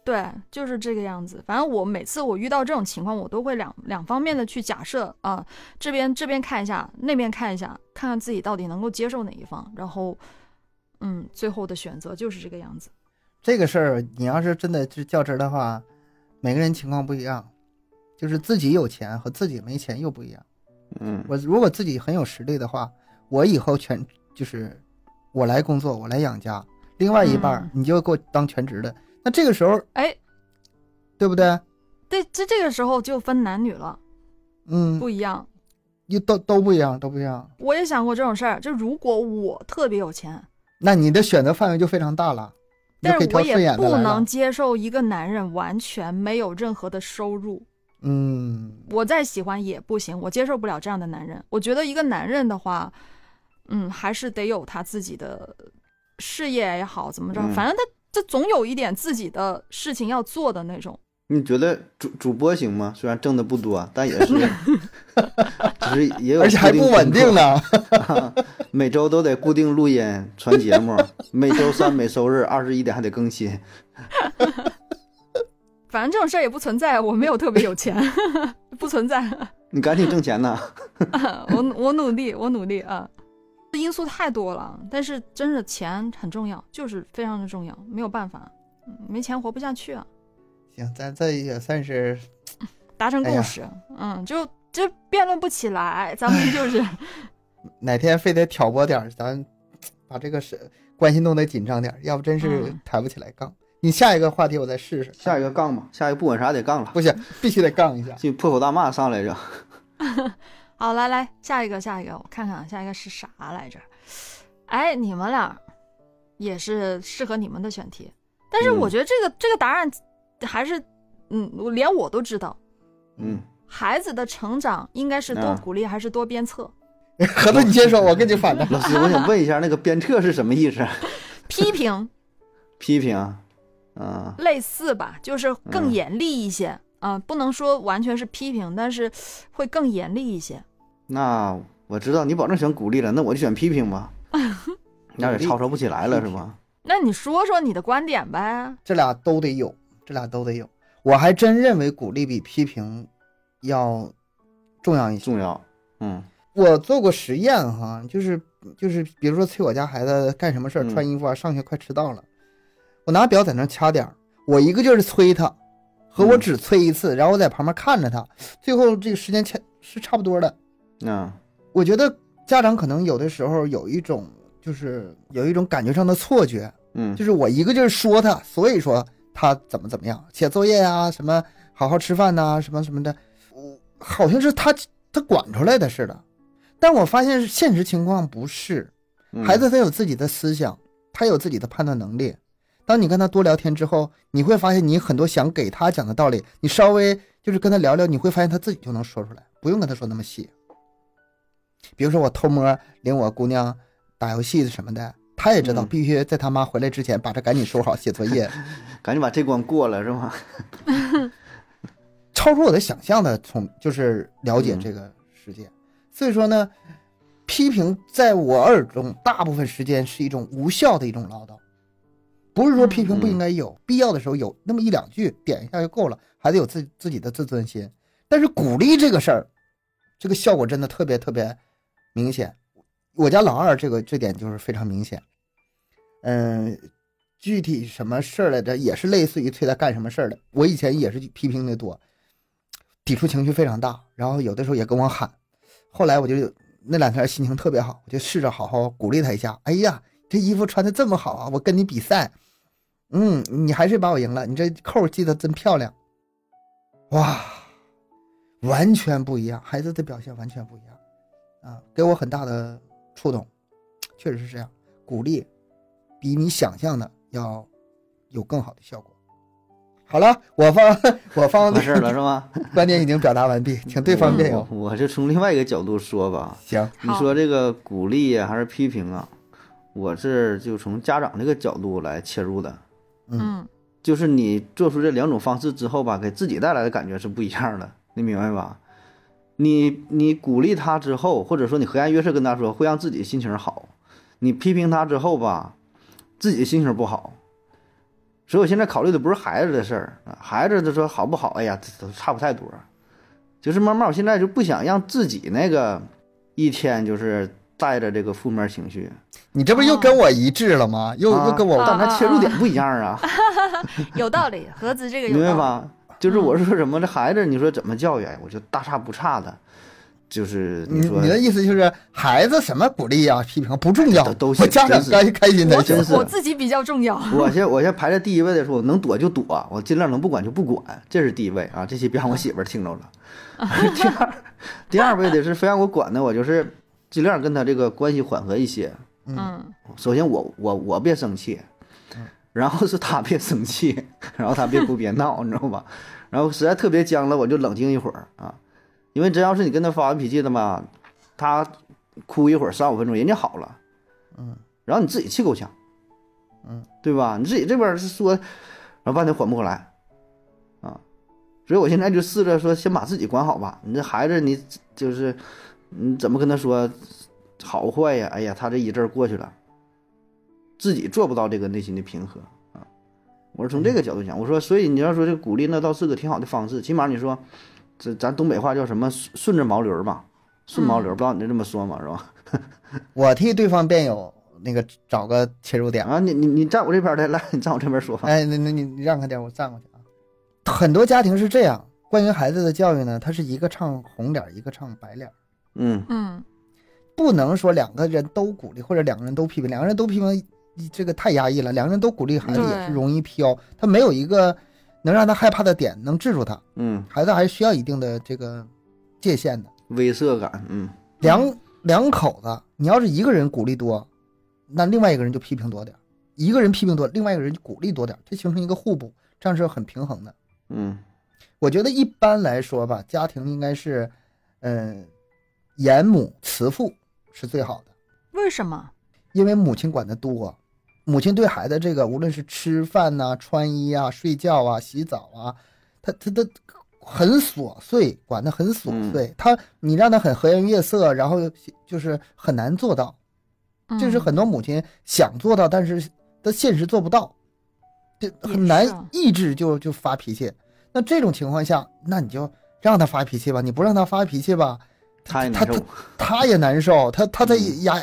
对，就是这个样子。反正我每次我遇到这种情况，我都会两两方面的去假设啊、这边这边看一下，那边看一下，看看自己到底能够接受哪一方，然后，嗯，最后的选择就是这个样子。这个事儿，你要是真的是较真儿的话，每个人情况不一样，就是自己有钱和自己没钱又不一样。嗯，我如果自己很有实力的话，我以后全就是我来工作，我来养家，另外一半儿嗯你就给我当全职的。那这个时候，哎，对不对？对，这这个时候就分男女了，嗯，不一样。又都都不一样，都不一样。我也想过这种事儿，就如果我特别有钱，那你的选择范围就非常大了，你但就可以是我挑顺也眼的不来能了。接受一个男人完全没有任何的收入，嗯，我再喜欢也不行，我接受不了这样的男人。我觉得一个男人的话，嗯，还是得有他自己的事业也好，怎么着，嗯反正他这总有一点自己的事情要做的那种。啊你觉得主主播行吗？虽然挣的不多，但也是就是也有而且还固不定稳听众定呢。每周都得固定录音传节目，每周三、每周日二十一点还得更新。反正这种事儿也不存在，我没有特别有钱， 不存在。 你赶紧挣钱呐！我努我努力，我努力啊。因素太多了，但是真的钱很重要，就是非常的重要，没有办法，嗯没钱活不下去啊。 行，咱这也算是达成哎呀共识，嗯，就就辩论不起来，咱们就是哪天非得挑拨点儿，咱把这个是关系弄得紧张点儿，要不真是嗯抬不起来杠。你下一个话题我再试试，下一个杠吧，下一个不管啥得杠了，不行，必须得杠一 下。就破口大骂上来着。好，来来，下一个，下一个，我看啊看下一个是啥来着？哎，你们俩也是适合你们的选题，但是嗯我觉得这个、这个答案还是，嗯，我连我都知道，嗯，孩子的成长应该是多嗯鼓励还是多鞭策？合同你先说，我跟你反着。老师，我想问一下，那个鞭策是什么意思？批 评批评啊？啊，类似吧，就是更嗯严厉一些啊、不能说完全是批评，但是会更严厉一些。那我知道你保证选鼓励了，那我就选批评吧。那也吵吵不起来了是吧？那你说说你的观点呗？这俩都得有，这俩都得有。我还真认为鼓励比批评要重要一些。重要。嗯我做过实验哈，就是就是，比如说催我家孩子干什么事儿，嗯穿衣服啊，上学快迟到了，我拿表在那掐点儿，我一个劲儿地催他，和我嗯只催一次，然后我在旁边看着他，最后这个时间掐是差不多的。啊我觉得家长可能有的时候有一种就是有一种感觉上的错觉，嗯就是我一个劲儿说他，所以说他怎么怎么样，写作业呀、啊什么好好吃饭呐、什么什么的，我好像是他他管出来的似的。但我发现现实情况不是，嗯，孩子他有自己的思想，他有自己的判断能力。当你跟他多聊天之后，你会发现你很多想给他讲的道理，你稍微就是跟他聊聊，你会发现他自己就能说出来，不用跟他说那么细。比如说我偷摸领我姑娘打游戏什么的，他也知道嗯必须在他妈回来之前把这赶紧收好写作业， 赶紧把这关过了是吧？超出我的想象的从就是了解嗯这个世界。所以说呢，批评在我耳中大部分时间是一种无效的一种唠叨，不是说批评不应该有，必要的时候有那么一两句点一下就够了，还得有自自己的自尊心。但是鼓励这个事儿，这个效果真的特别特别明显。我家老二这个这点就是非常明显。嗯，具体什么事儿来着，也是类似于催他干什么事儿的。我以前也是批评的多，抵触情绪非常大，然后有的时候也跟我喊。后来我就那两天心情特别好，我就试着好好鼓励他一下。哎呀，这衣服穿的这么好啊，我跟你比赛，嗯，你还是把我赢了，你这扣儿系得真漂亮。哇，完全不一样，孩子的表现完全不一样啊，给我很大的触动，确实是这样。鼓励比你想象的要有更好的效果。好了，我方 我方完事儿了的是吧？观点已经表达完毕，请哦 对方辩友。我我就从另外一个角度说吧。行，你好说这个鼓励呀还是批评啊？我是就从家长这个角度来切入的，嗯嗯就是你做出这两种方式之后吧，给自己带来的感觉是不一样的，你明白吧？你你鼓励他之后，或者说你和颜悦色跟他说，会让自己心情好；你批评他之后吧，自己心情不好。所以我现在考虑的不是孩子的事儿，啊孩子他说好不好，哎呀，这都差不太多。就是慢慢，我现在就不想让自己那个一天就是带着这个负面情绪，啊你这不是又跟我一致了吗？又又跟我但咱切入点不一样啊。有道理， 盒子这个有明白道理。嗯吧？就是我是说什么，这孩子你说怎么教育啊？我就大差不差的，就是你说哎你的意思就是孩子什么鼓励啊、批评不重要都，都行我家长真是开开心才我行真。是我自己比较重要。我先我先排在第一位的时候，能躲就躲，我尽量能不管就不管，这是第一位啊。这些别让我媳妇儿听 着了。第二第二位的是非让我管的，我就是尽量跟他这个关系缓和一些。嗯，首先我我我别生气，然后是他别生气，然后他别哭别闹，你知道吧？然后实在特别僵了，我就冷静一会儿啊，因为真要是你跟他发完脾气的吧，他哭一会儿三五分钟，人家好了，嗯，然后你自己气够呛，嗯，对吧？你自己这边是说，然后半天缓不过来，啊，所以我现在就试着说，先把自己管好吧。你这孩子，你就是你怎么跟他说好坏呀？哎呀，他这一阵儿过去了，自己做不到这个内心的平和啊。我是从这个角度讲，我说，所以你要说这鼓励，那倒是个挺好的方式。起码你说，这咱东北话叫什么？顺顺着毛驴儿嘛，顺毛驴儿，不知道你这么说吗？是吧？我替对方辩友那个找个切入点。啊，你你你站我这边儿来，来，你站我这边儿说吧。哎，那那你你让开点，我站过去啊。很多家庭是这样，关于孩子的教育呢，他是一个唱红脸儿，一个唱白脸儿，嗯嗯不能说两个人都鼓励或者两个人都批评，两个人都批评这个太压抑了，两个人都鼓励孩子对也是容易飘，他没有一个能让他害怕的点能制住他，嗯，孩子还是需要一定的这个界限的。威慑感，嗯两两口子，你要是一个人鼓励多，那另外一个人就批评多点儿；一个人批评多，另外一个人就鼓励多点儿，这形成一个互补，这样是很平衡的。嗯我觉得一般来说吧，家庭应该是，嗯、严母慈父是最好的，为什么？因为母亲管得多，母亲对孩子这个无论是吃饭呐、穿衣啊、睡觉啊、洗澡啊，他他他很琐碎，管得很嗯琐碎。他你让他很和颜悦色，然后就是很难做到。嗯这是很多母亲想做到，但是她现实做不到，这也很难是啊抑制就就发脾气。那这种情况下，那你就让他发脾气吧，你不让他发脾气吧，他也他难受，他也难受，他他再嗯压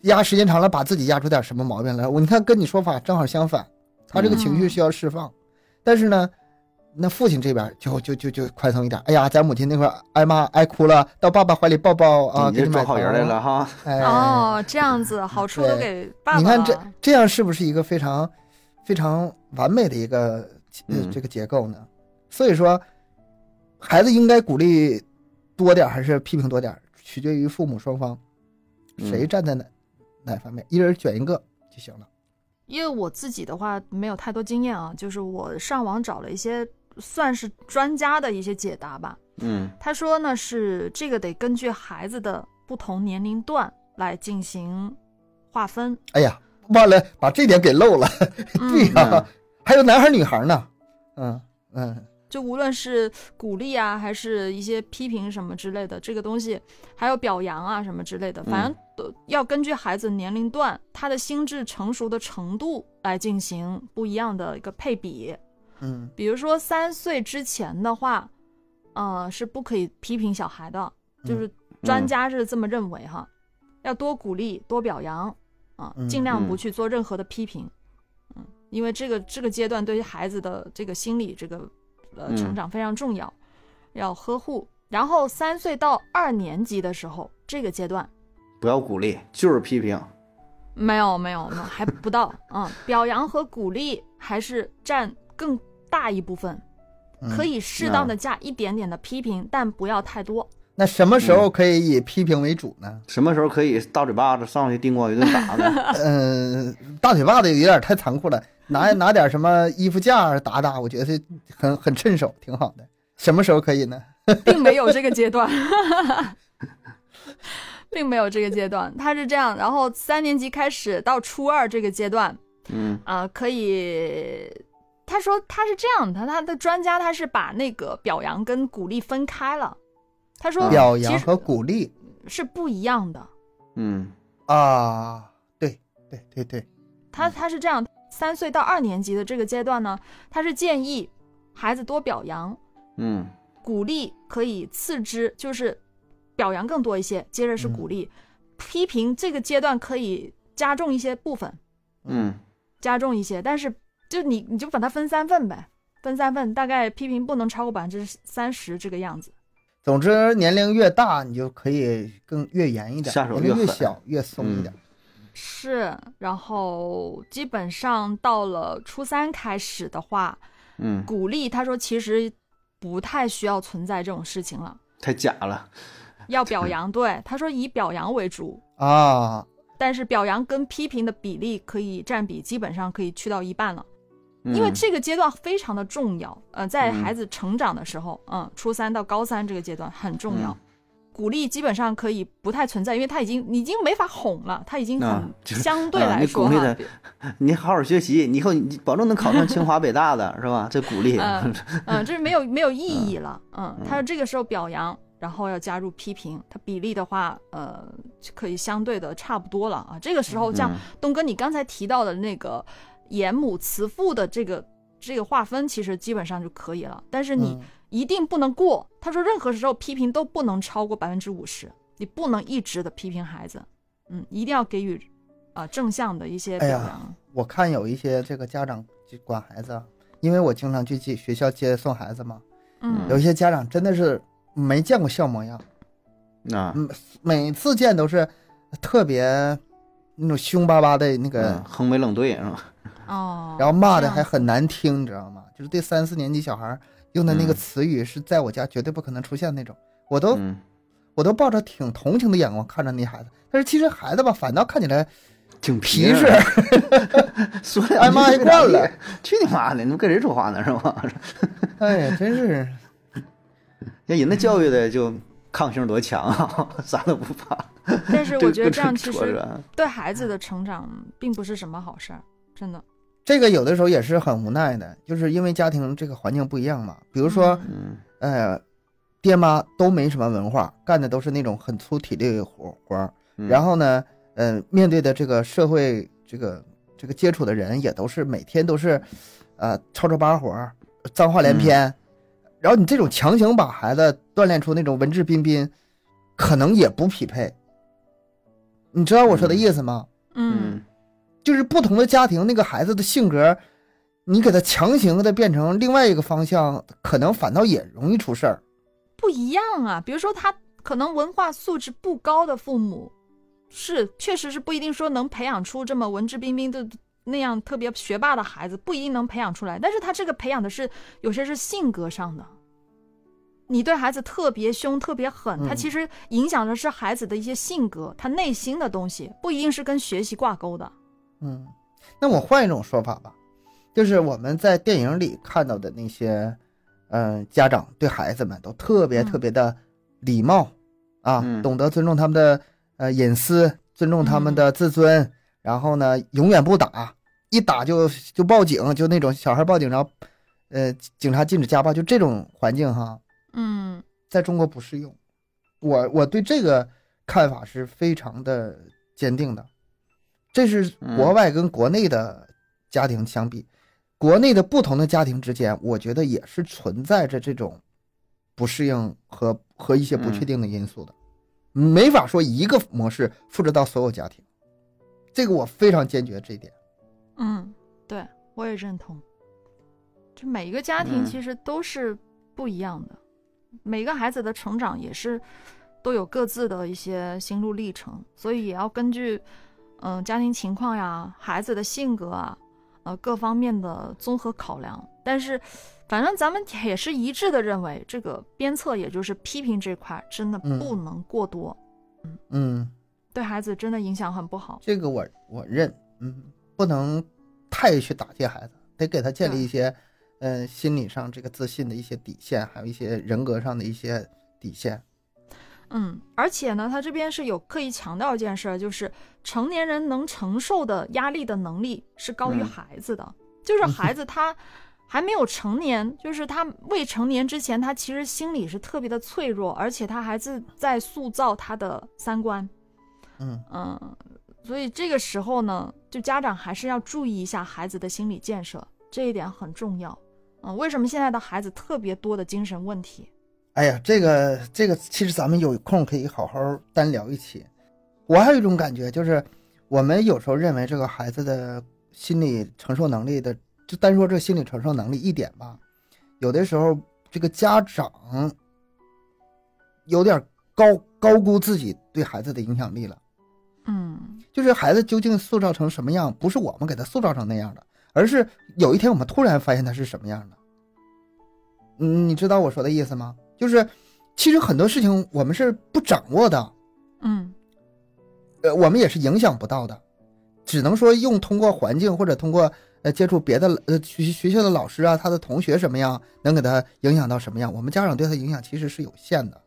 压时间长了，把自己压出点什么毛病来。我你看跟你说法正好相反，他这个情绪嗯需要释放，但是呢。那父亲这边就就就就宽松一点，哎呀，咱母亲那块儿挨骂挨哭了，到爸爸怀里抱抱啊，你给这你买装好人来糖了，哈，哎，哦，这样子好处都给爸爸了。你看这这样是不是一个非常非常完美的一个、呃嗯这个结构呢？所以说，孩子应该鼓励多点儿还是批评多点儿，取决于父母双方嗯谁站在哪、哪方面，一人选一个就行了。因为我自己的话没有太多经验啊，就是我上网找了一些算是专家的一些解答吧。嗯他说呢是这个得根据孩子的不同年龄段来进行划分。哎呀，忘了把这点给漏了，哎对嗯，呀、嗯还有男孩儿女孩儿呢，嗯嗯，就无论是鼓励啊，还是一些批评什么之类的，这个东西，还有表扬啊什么之类的，嗯反正都要根据孩子年龄段、他的心智成熟的程度来进行不一样的一个配比。嗯，比如说三岁之前的话，呃，是不可以批评小孩的，嗯就是专家是这么认为哈，要多鼓励、多表扬啊、嗯尽量不嗯去做任何的批评，嗯，因为这个这个阶段对于孩子的这个心理这个呃嗯成长非常重要，要呵护。然后三岁到二年级的时候，这个阶段不要鼓励，就是批评，没有没有没有，还不 到啊、表扬和鼓励还是占更大一部分。嗯可。以适当的加一点点的批评，但不要太多。 那什么时嗯候可以以批评为主呢？什么时候可以大嘴巴子上去叮咣一顿打呢？嗯，大腿袜子有点太残酷了，拿 拿点什么衣服架儿打打，我觉得很很趁手，挺好的。什么时候可以呢？并没有这个阶段， 并没有这个阶段，他是这样。然后三年级开始到初二这个阶段，嗯啊、可以。他说他是这样的，他的专家他是把那个表扬跟鼓励分开了。他说啊嗯表其扬实和鼓励是不一样的。嗯啊，对对对对，他他是这样，三岁到二年级的这个阶段呢，他是建议孩子多表扬，嗯鼓励可以次之，就是表扬更多一些，接着是鼓励，批评这个阶段可以加重一些部分，嗯加重一些，但是就你你就把它分三份呗，分三份，大概批评不能超过百分之三十这个样子。总之年龄越大，你就可以更越严一点，下手年越龄越狠嗯小越松一点。是，然后基本上到了初三开始的话，嗯，鼓励他说其实不太需要存在这种事情了，太假了，要表扬，对他说以表扬为主，啊，但是表扬跟批评的比例可以占比基本上可以去到一半了，嗯因为这个阶段非常的重要。呃，在嗯孩子成长的时候，嗯，初三到高三这个阶段很重要。鼓励基本上可以不太存在，因为他已经你已经没法哄了，他已经啊很就相对啊来你说鼓励哈他，你好好学习，你以后你保证能考上清华北大的是吧？这鼓励，嗯嗯，这是没有没有意义了。嗯，他这个时候表扬，然后要加入批评，它比例的话，呃，就可以相对的差不多了啊。这个时候，像嗯东哥你刚才提到的那个严母慈父的这个这个划分，其实基本上就可以了。但是你嗯一定不能过，他说任何时候批评都不能超过百分之五十，你不能一直的批评孩子，嗯，一定要给予啊、正向的一些哎表呀扬。我看有一些这个家长就管孩子啊，因为我经常去接学校接送孩子嘛，嗯有一些家长真的是没见过校模样，啊，每次见都是特别那种凶巴巴的那个，嗯横眉冷对是吧？哦，然后骂的这样还很难听，你知道吗？就是对三四年级小孩儿用的那个嗯词语是在我家绝对不可能出现那种，我都嗯，我都抱着挺同情的眼光看着那孩子，但是其实孩子吧，反倒看起来挺皮实，的，说两句挨骂没一惯两句了，去你妈的！你们跟谁说话呢是吧？ 哎呀，真是那人家教育的就抗性多强啊， 啥都不怕。但是我觉得这样其戳实着对孩子的成长并不是什么好事儿，真的。这个有的时候也是很无奈的，就是因为家庭这个环境不一样嘛。比如说，嗯呃，爹妈都没什么文化，干的都是那种很粗体力活活儿。嗯然后呢，呃，面对的这个社会，这个这个接触的人也都是每天都是，呃，吵吵巴火儿，脏话连篇。然后你这种强行把孩子锻炼出那种文质彬彬，可能也不匹配。你知道我说的意思吗？嗯，就是不同的家庭，那个孩子的性格，你给他强行的变成另外一个方向，可能反倒也容易出事儿。不一样啊。比如说他可能文化素质不高的父母，是确实是不一定说能培养出这么文质彬彬的那样特别学霸的孩子，不一定能培养出来。但是他这个培养的是有些是性格上的。你对孩子特别凶、特别狠，他嗯其实影响的是孩子的一些性格，他内心的东西，不一定是跟学习挂钩的。嗯，那我换一种说法吧，就是我们在电影里看到的那些，嗯、家长对孩子们都特别嗯特别的礼貌、啊，嗯懂得尊重他们的呃隐私，尊重他们的自尊，然后呢，永远不打，一打就就报警，就那种小孩报警，然后呃警察禁止家暴，就这种环境哈，嗯在中国不适用。我我对这个看法是非常的坚定的，这是国外跟国内的家庭相比，国内的不同的家庭之间，我觉得也是存在着这种不适应和和一些不确定的因素的，没法说一个模式复制到所有家庭。这个我非常坚决这一点。嗯，对我也认同。这每一个家庭嗯其实都是不一样的，每个孩子的成长也是都有各自的一些心路历程，所以也要根据嗯、呃家庭情况呀、孩子的性格啊、呃各方面的综合考量。但是，反正咱们也是一致的认为，这个鞭策也就是批评这块儿真的嗯不能过多，嗯，对孩子真的影响很不好。这个我我认，嗯，不能太去打击孩子，得给他建立一些，嗯、心理上这个自信的一些底线，还有一些人格上的一些底线。嗯，而且呢，他这边是有刻意强调一件事儿，就是成年人能承受的压力的能力是高于嗯孩子的，就是孩子他还没有成年，就是他未成年之前，他其实心理是特别的脆弱，而且他还是在塑造他的三观，嗯嗯，所以这个时候呢，就家长还是要注意一下孩子的心理建设，这一点很重要。嗯，为什么现在的孩子特别多的精神问题？哎呀，这个这个，其实咱们有空可以好好单聊一期。我还有一种感觉，就是我们有时候认为这个孩子的心理承受能力的，就单说这个心理承受能力一点吧，有的时候这个家长有点高高估自己对孩子的影响力了。嗯就是孩子究竟塑造成什么样，不是我们给他塑造成那样的，而是有一天我们突然发现他是什么样的。嗯，你知道我说的意思吗？就是其实很多事情我们是不掌握的，嗯。呃，我们也是影响不到的，只能说用通过环境或者通过呃接触别的呃学学校的老师啊，他的同学什么样，能给他影响到什么样。我们家长对他影响其实是有限的。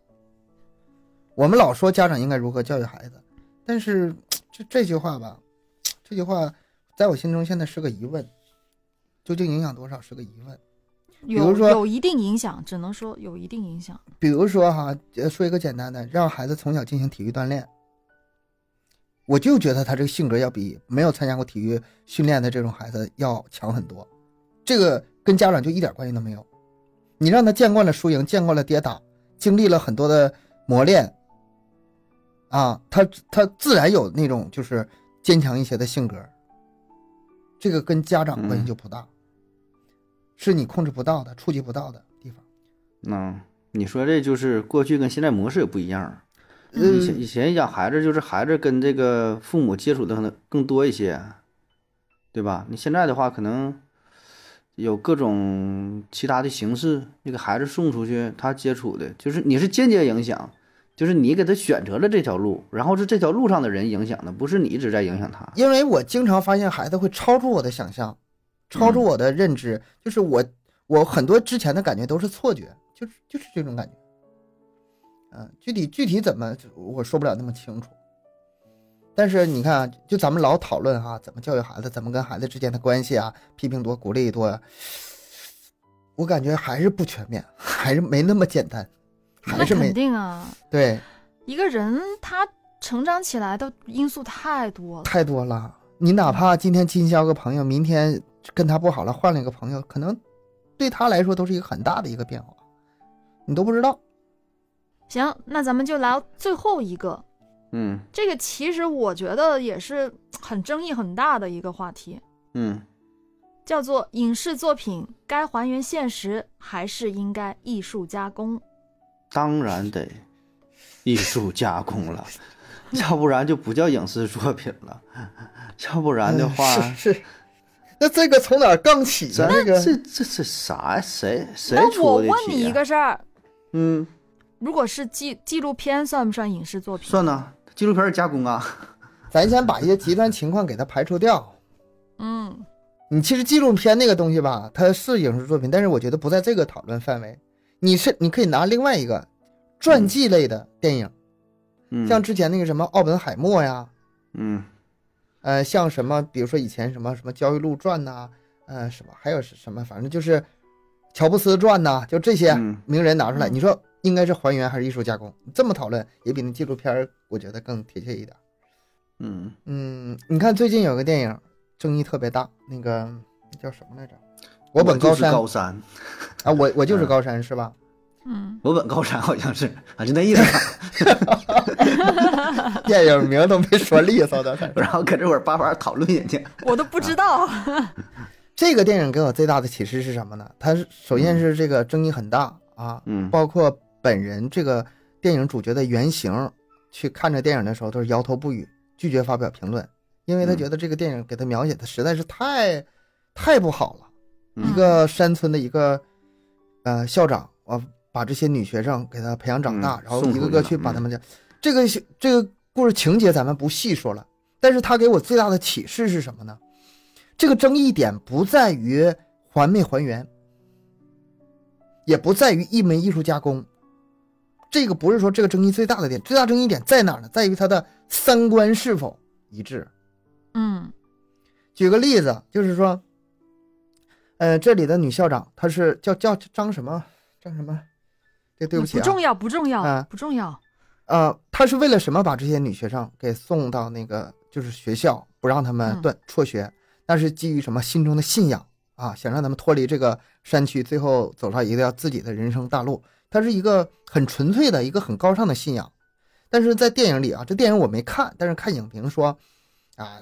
我们老说家长应该如何教育孩子，但是这这句话吧，这句话在我心中现在是个疑问，究竟影响多少是个疑问。有如说有一定影响，只能说有一定影响。比如说哈，呃说一个简单的，让孩子从小进行体育锻炼，我就觉得他这个性格要比没有参加过体育训练的这种孩子要强很多。这个跟家长就一点关系都没有。你让他见惯了输赢，见惯了跌打，经历了很多的磨练，啊，他他自然有那种就是坚强一些的性格。这个跟家长关系就不大，是你控制不到的、触及不到的地方。嗯，你说这就是过去跟现在模式也不一样儿。以前嗯，以前养孩子就是孩子跟这个父母接触的可能更多一些，对吧？你现在的话可能有各种其他的形式，你给孩子送出去，他接触的就是你是间接影响，就是你给他选择了这条路，然后是这条路上的人影响的，不是你一直在影响他。因为我经常发现孩子会超出我的想象，超出我的认知，就是我我很多之前的感觉都是错觉，就是就是这种感觉。嗯、具体具体怎么就我说不了那么清楚，但是你看啊，就咱们老讨论哈、怎么教育孩子，怎么跟孩子之间的关系啊，批评多，鼓励多呀，我感觉还是不全面，还是没那么简单，还那是肯没定啊，对一个人他成长起来的因素太多了。太多了。你哪怕今天今宵个朋嗯友，明天跟他不好了，换了一个朋友，可能对他来说都是一个很大的一个变化，你都不知道。行，那咱们就来最后一个，嗯这个其实我觉得也是很争议很大的一个话题，嗯，叫做影视作品该还原现实还是应该艺术加工？当然得艺术加 工了，要不然就不叫影视作品了， 要不然的话。嗯是 是，那这个从哪儿杠起呢？咱这个这这这啥呀？谁谁那我出的问题你呀一个，事儿，嗯，如果是纪纪录片，算不算影视作品？算呐，纪录片儿加工啊，咱先把一些极端情况给它排除掉。嗯，你其实纪录片那个东西吧，它是影视作品，但是我觉得不在这个讨论范围。你是你可以拿另外一个传记类的电影，嗯，像之前那个什么奥本海默呀，嗯呃，像什么，比如说以前什么什么《焦裕禄传》呐，呃，什么还有是什么，反正就是《乔布斯传》呐，就这些嗯名人拿出来，嗯你说应该是还原还是艺术加工？这么讨论也比那纪录片儿我觉得更贴切一点。嗯，嗯，你看最近有个电影争议特别大，那个叫什么来着？我本就高是山高山，啊，我我就是嗯高山是吧？ 嗯，我本高山好像是，啊，就 那意思吧。电影名都没说利索的，反正然后搁这会儿叭叭讨论人家，我都不知道。 这个电影给我最大的启示是什么呢？它是首先是这个争议很大啊，嗯包括本人这个电影主角的原型，去看这电影的时候都是摇头不语，拒绝发表评论，因为他嗯觉得这个电影给他描写的实在是太太不好了。嗯一个山村的一个呃校长，啊，把这些女学生给他培养长大，嗯然后送一出个去个了去把嗯他们家、这个这个故事情节咱们不细说了，但是他给我最大的启示是什么呢？这个争议点不在于还没还原，也不在于一门艺术加工。这个不是说这个争议最大的点，最大争议点在哪儿呢？在于他的三观是否一致。 嗯举个例子，就是说，呃，这里的女校长她是叫叫张什么张什么，这对不起、啊，重要，不重要，啊不重要。呃，她是为了什么把这些女学生给送到那个就是学校，不让他们嗯断辍学？那、是基于什么心中的信仰啊，想让他们脱离这个山区，最后走上一条自己的人生大路。它是一个很纯粹的一个很高尚的信仰。但是在电影里啊，这电影我没看，但是看影评说，啊，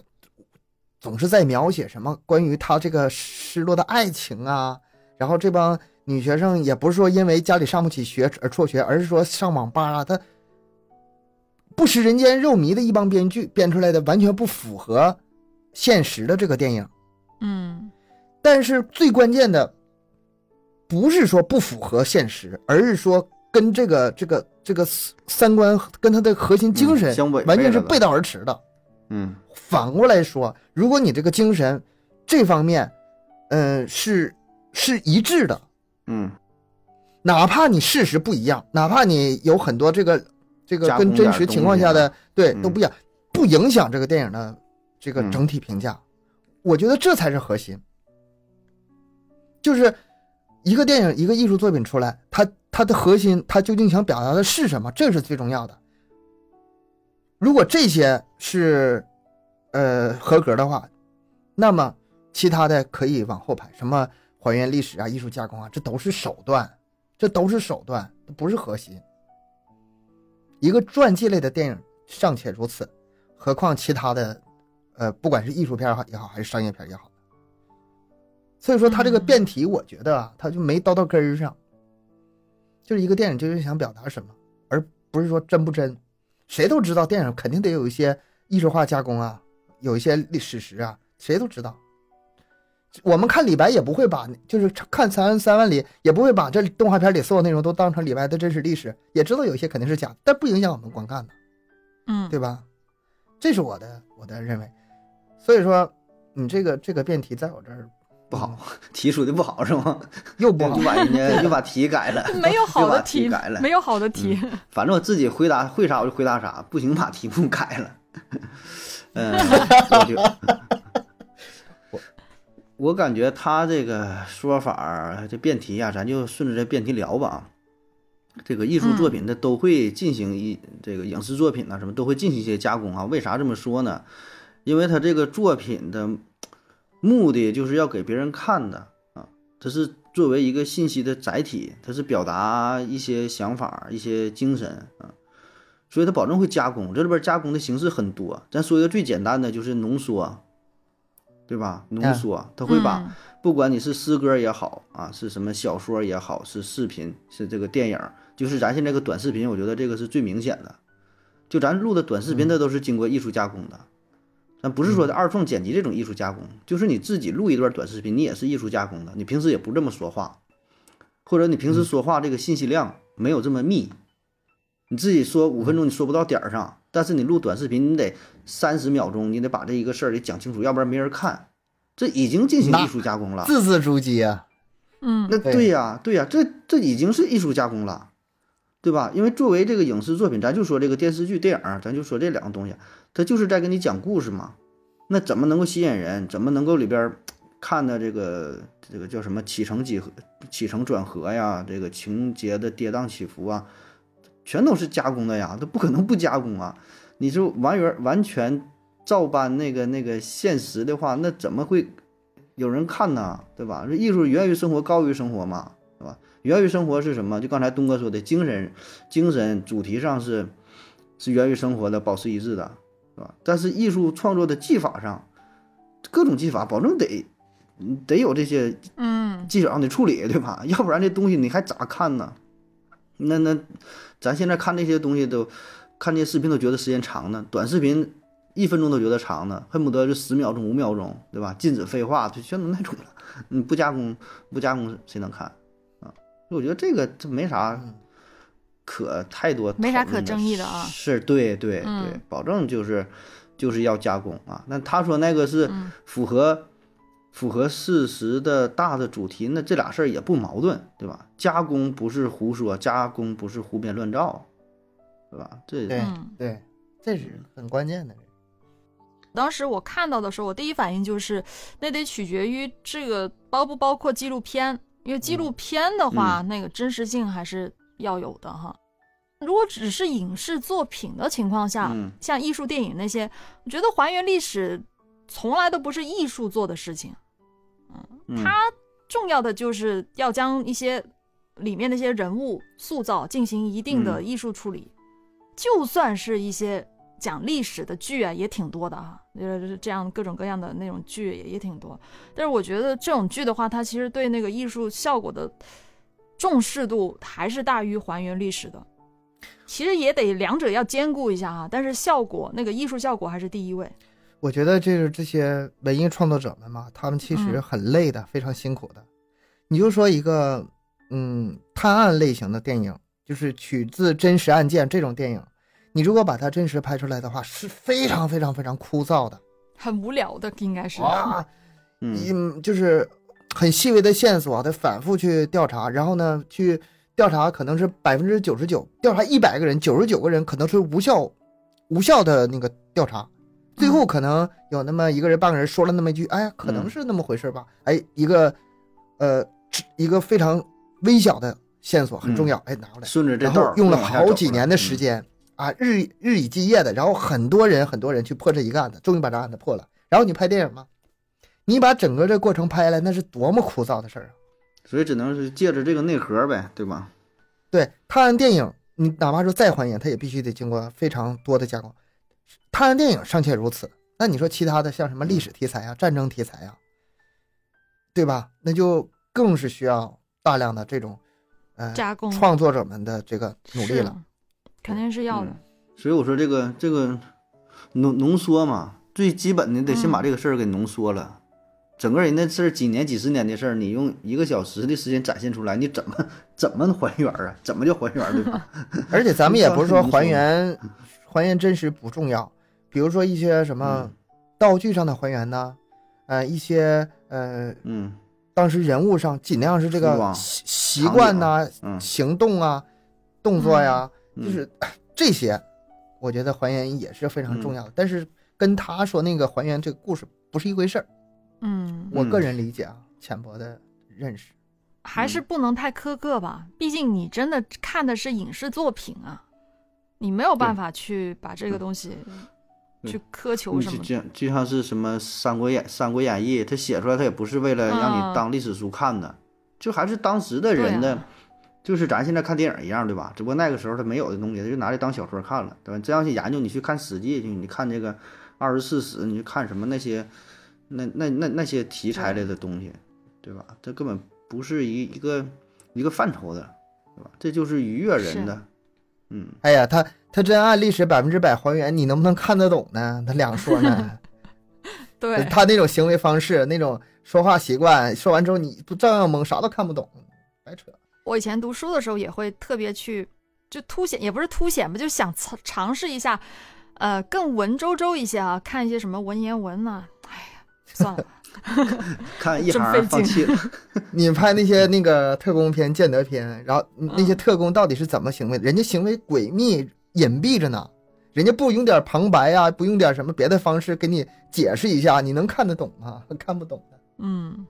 总是在描写什么关于她这个失落的爱情啊，然后这帮女学生也不是说因为家里上不起学而辍学，而是说上网吧啊，她不食人间肉糜的一帮编剧编出来的，完全不符合现实的这个电影。嗯但是最关键的，不是说不符合现实，而是说跟这个这个这个三观跟他的核心精神嗯相违背完全是了的背道而驰的。嗯反过来说，如果你这个精神这方面，嗯、是是一致的，嗯哪怕你事实不一样，哪怕你有很多这个这个加跟工真点实东情况西下啊的对嗯都不一样，不影响这个电影的这个嗯整体评价。我觉得这才是核心，就是一个电影一个艺术作品出来，它它的核心，它究竟想表达的是什么，这是最重要的。如果这些是呃合格的话，那么其他的可以往后排，什么还原历史啊、艺术加工啊，这都是手段，这都是手段，不是核心。一个传记类的电影尚且如此，何况其他的，呃，不管是艺术片儿也好，还是商业片儿也好，所以说他这个嗯辩题，我觉得啊，他就没叨到根儿上，就是一个电影究竟想表达什么，而不是说真不真。谁都知道电影肯定得有一些艺术化加工啊，有一些历史实啊，谁都知道。我们看李白也不会把，就是看《长安三万里》也不会把这动画片里所有内容都当成李白的真实历史，也知道有一些肯定是假的，但不影响我们观看的，嗯，对吧？这是我的我的认为。所以说，你这个这个辩题在我这儿嗯不好，题出的不好是吗？又 不好又，把人家又把题改了 ，没有好 又把的题改了，没有好的题，反正我自己回答会啥我就回答啥，不行把题目改了。嗯，我就我我感觉他这个说法儿这辩题啊，咱就顺着这辩题聊吧啊。这个艺术作品它都会进行一、这个影视作品啊什么都会进行一些加工啊。为啥这么说呢？因为它这个作品的目的就是要给别人看的啊，它是作为一个信息的载体，它是表达一些想法、一些精神啊，所以它保证会加工。这里边加工的形式很多，咱说一个最简单的，就是浓缩，对吧？浓缩，它嗯会嗯把、不管你是诗歌也好啊，是什么小说也好，是视频，是这个电影，就是咱现在这个短视频，我觉得这个是最明显的。就咱录的短视频，它都是经过艺术加工的，咱不是说二创剪辑这种艺术加工，就是你自己录一段短视频，你也是艺术加工的。你平时也不这么说话，或者你平时说话这个信息量没有这么密，你自己说五分钟你说不到点儿上，但是你录短视频，你得三十秒钟，你得把这一个事儿得讲清楚，要不然没人看。这已经进行那艺术加工了，字字珠玑啊。嗯那对对呀、对呀、这这已经是艺术加工了，对吧？因为作为这个影视作品，咱就说这个电视剧、电影儿，咱就说这两个东西，它就是在给你讲故事嘛。那怎么能够吸引人？怎么能够里边儿看的这个这个叫什么起承几何、起承转合呀？这个情节的跌宕起伏啊，全都是加工的呀，它不可能不加工啊！你就完原完全照搬那个那个现实的话，那怎么会有人看呢？对吧？这艺术源于生活，高于生活嘛，对吧？源于生活是什么？就刚才东哥说的精神，精神主题上是是源于生活的，保持一致的，是吧？但是艺术创作的技法上，各种技法保证得嗯得有这些嗯技巧上的处理，对吧？ 要不然这东西你还咋看呢？那那，咱现在看这些东西都，看这些视频都觉得时间长呢，短视频一分钟都觉得长呢，恨不得就十秒钟、五秒钟，对吧？禁止废话，就全都那种了。你不加工，不加工谁能看啊？所以我觉得这个这没啥嗯可太多讨论的，没啥可争议的啊是对对对，嗯保证就是就是要加工啊。那他说那个是嗯符合符合事实的大的主题，那这俩事儿也不矛盾，对吧？加工不是胡说，加工不是胡编乱造，对吧？这对嗯。对，这是很关键的。当时我看到的时候，我第一反应就是，那得取决于这个包不包括纪录片，因为嗯纪录片的话，那个真实性还是要有的哈。如果只是影视作品的情况下，嗯像艺术电影那些，我觉得还原历史从来都不是艺术做的事情。嗯它重要的就是要将一些里面那些人物塑造进行一定的嗯艺术处理，就算是一些讲历史的剧啊，也挺多的啊，就是这样各种各样的那种剧也也挺多。但是我觉得这种剧的话，它其实对那个艺术效果的重视度还是大于还原历史的。其实也得两者要兼顾一下啊，但是效果那个艺术效果还是第一位。我觉得这是这些文艺创作者们嘛，他们其实嗯很累的，非常辛苦的。你就说一个，嗯，探案类型的电影，就是取自真实案件这种电影，你如果把它真实拍出来的话，是非常非常非常枯燥的很无聊的，应该是。 啊，嗯啊嗯，就是很细微的线索，得反复去调查，然后呢，去调查可能是百分之九十九，调查一百个人，九十九个人可能是无效无效的那个调查，最后可能有那么一个人半个人说了那么一句，哎呀，可能嗯是那么回事吧，哎，一个呃只一个非常微小的线索很嗯重要，哎，拿过来。顺着这然道后儿用了再往下嗯好走几年的时，间啊，日日以继夜的，然后很多人很多人去破这一个案子，终于把这案子破了。然后你拍电影嘛，你把整个这过程拍下来，那是多么枯燥的事儿啊！嗯所以只能是借着这个内核呗，对吧？对，探案电影，你哪怕说再还原，它也必须得经过非常多的加工。探案电影尚且如此，那你说其他的像什么历史题材啊、战争题材啊，对吧？那就更是需要大量的这种，呃，加工创作者们的这个努力是了。，肯定是要的嗯。所以我说这个这个浓浓缩嘛，最基本的得先嗯把这个事儿给浓缩了。整个人的事儿，几年几十年的事儿，你用一个小时的时间展现出来，你怎么怎么还原啊？怎么叫还原，对吧？而且咱们也 不是说你知道还是原还原真实不重要，比如说一些什么嗯道具上的还原呐，呃，一些呃嗯当时人物上尽量是这服个装习习惯呐、嗯，行动啊、动作呀，嗯就是这些，我觉得还原也是非常嗯重要的。但是跟他说那个还原这个故事不是一回事儿，嗯，我个人理解啊，浅薄的认识。还嗯是不能太苛刻吧，毕竟你真的看的是影视作品啊，你没有办法去把这个东西对去苛求你什就么的。就就像是什么《三国演》《三国演义》，他写出来他也不是为了让嗯你当历史书看的，就还是当时对的人的，啊就是咱现在看电影一样，对吧？只不过那个时候他没有的东西，他就拿来当小说看了，对吧？这样去研究，你去看《史记》，你看这个《二十四史》，你去看什么那些那那那那些题材类的东西，对吧？这根本不是一一个一个范畴的，对吧？这就是愉悦人的，嗯。哎呀，他他真按历史百分之百还原，你能不能看得懂呢？他两 说呢。对，他那种行为方式、那种说话习惯，说完之后你不照样懵，啥都看不懂，白扯。我以前读书的时候也会特别去，就凸显也不是凸显吧，就想尝尝试一下，呃，更文绉绉一些啊，看一些什么文言文呐、哎呀，算了吧， 看一真行费劲放弃 了，你拍那些那个特工片、间谍片，然后那些嗯特工到底是怎么行为？人家行为诡秘、隐蔽着呢，人家不用点旁白啊，不用点什么别的方式给你解释一下，你能看得懂吗？看不懂的。嗯，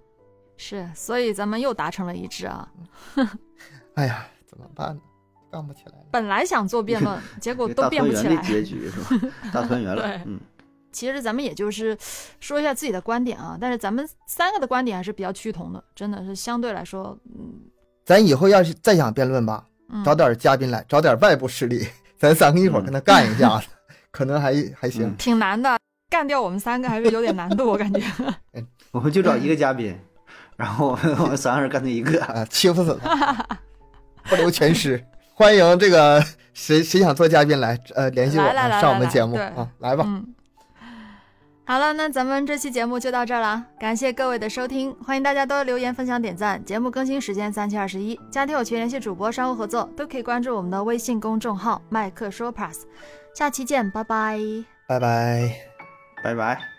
是，所以咱们又达成了一致啊。哎呀，怎么办呢？干不起来了。本来想做辩 论，结果大都辩不团圆起的来。结局 是吧？大团圆了对，嗯。其实咱们也就是说一下自己的观点啊，但是咱们三个的观点还是比较趋同的，真的是相对来说，嗯咱以后要是再想辩论吧，嗯，找点嘉宾来，找点外部势力， 咱三个一会儿跟他干一架子，可能还还行。嗯挺难的，干掉我们三个还是有点难度，我感觉。我们就找一个嘉宾，然后我们我们三个人干他一个。啊，欺负死了，不留全尸。 欢迎这个谁谁想做嘉宾来，呃，联系我来来们来上我来们来节目对啊，来吧，嗯，好了，那咱们这期节目就到这儿了，感谢各位的收听，欢迎大家多留言、分享、点赞。节目更新时间三七二十一，加听友群联系主播商务合作，都可以关注我们的微信公众号“麦克说 Plus”。下期见，拜拜。拜拜。拜拜。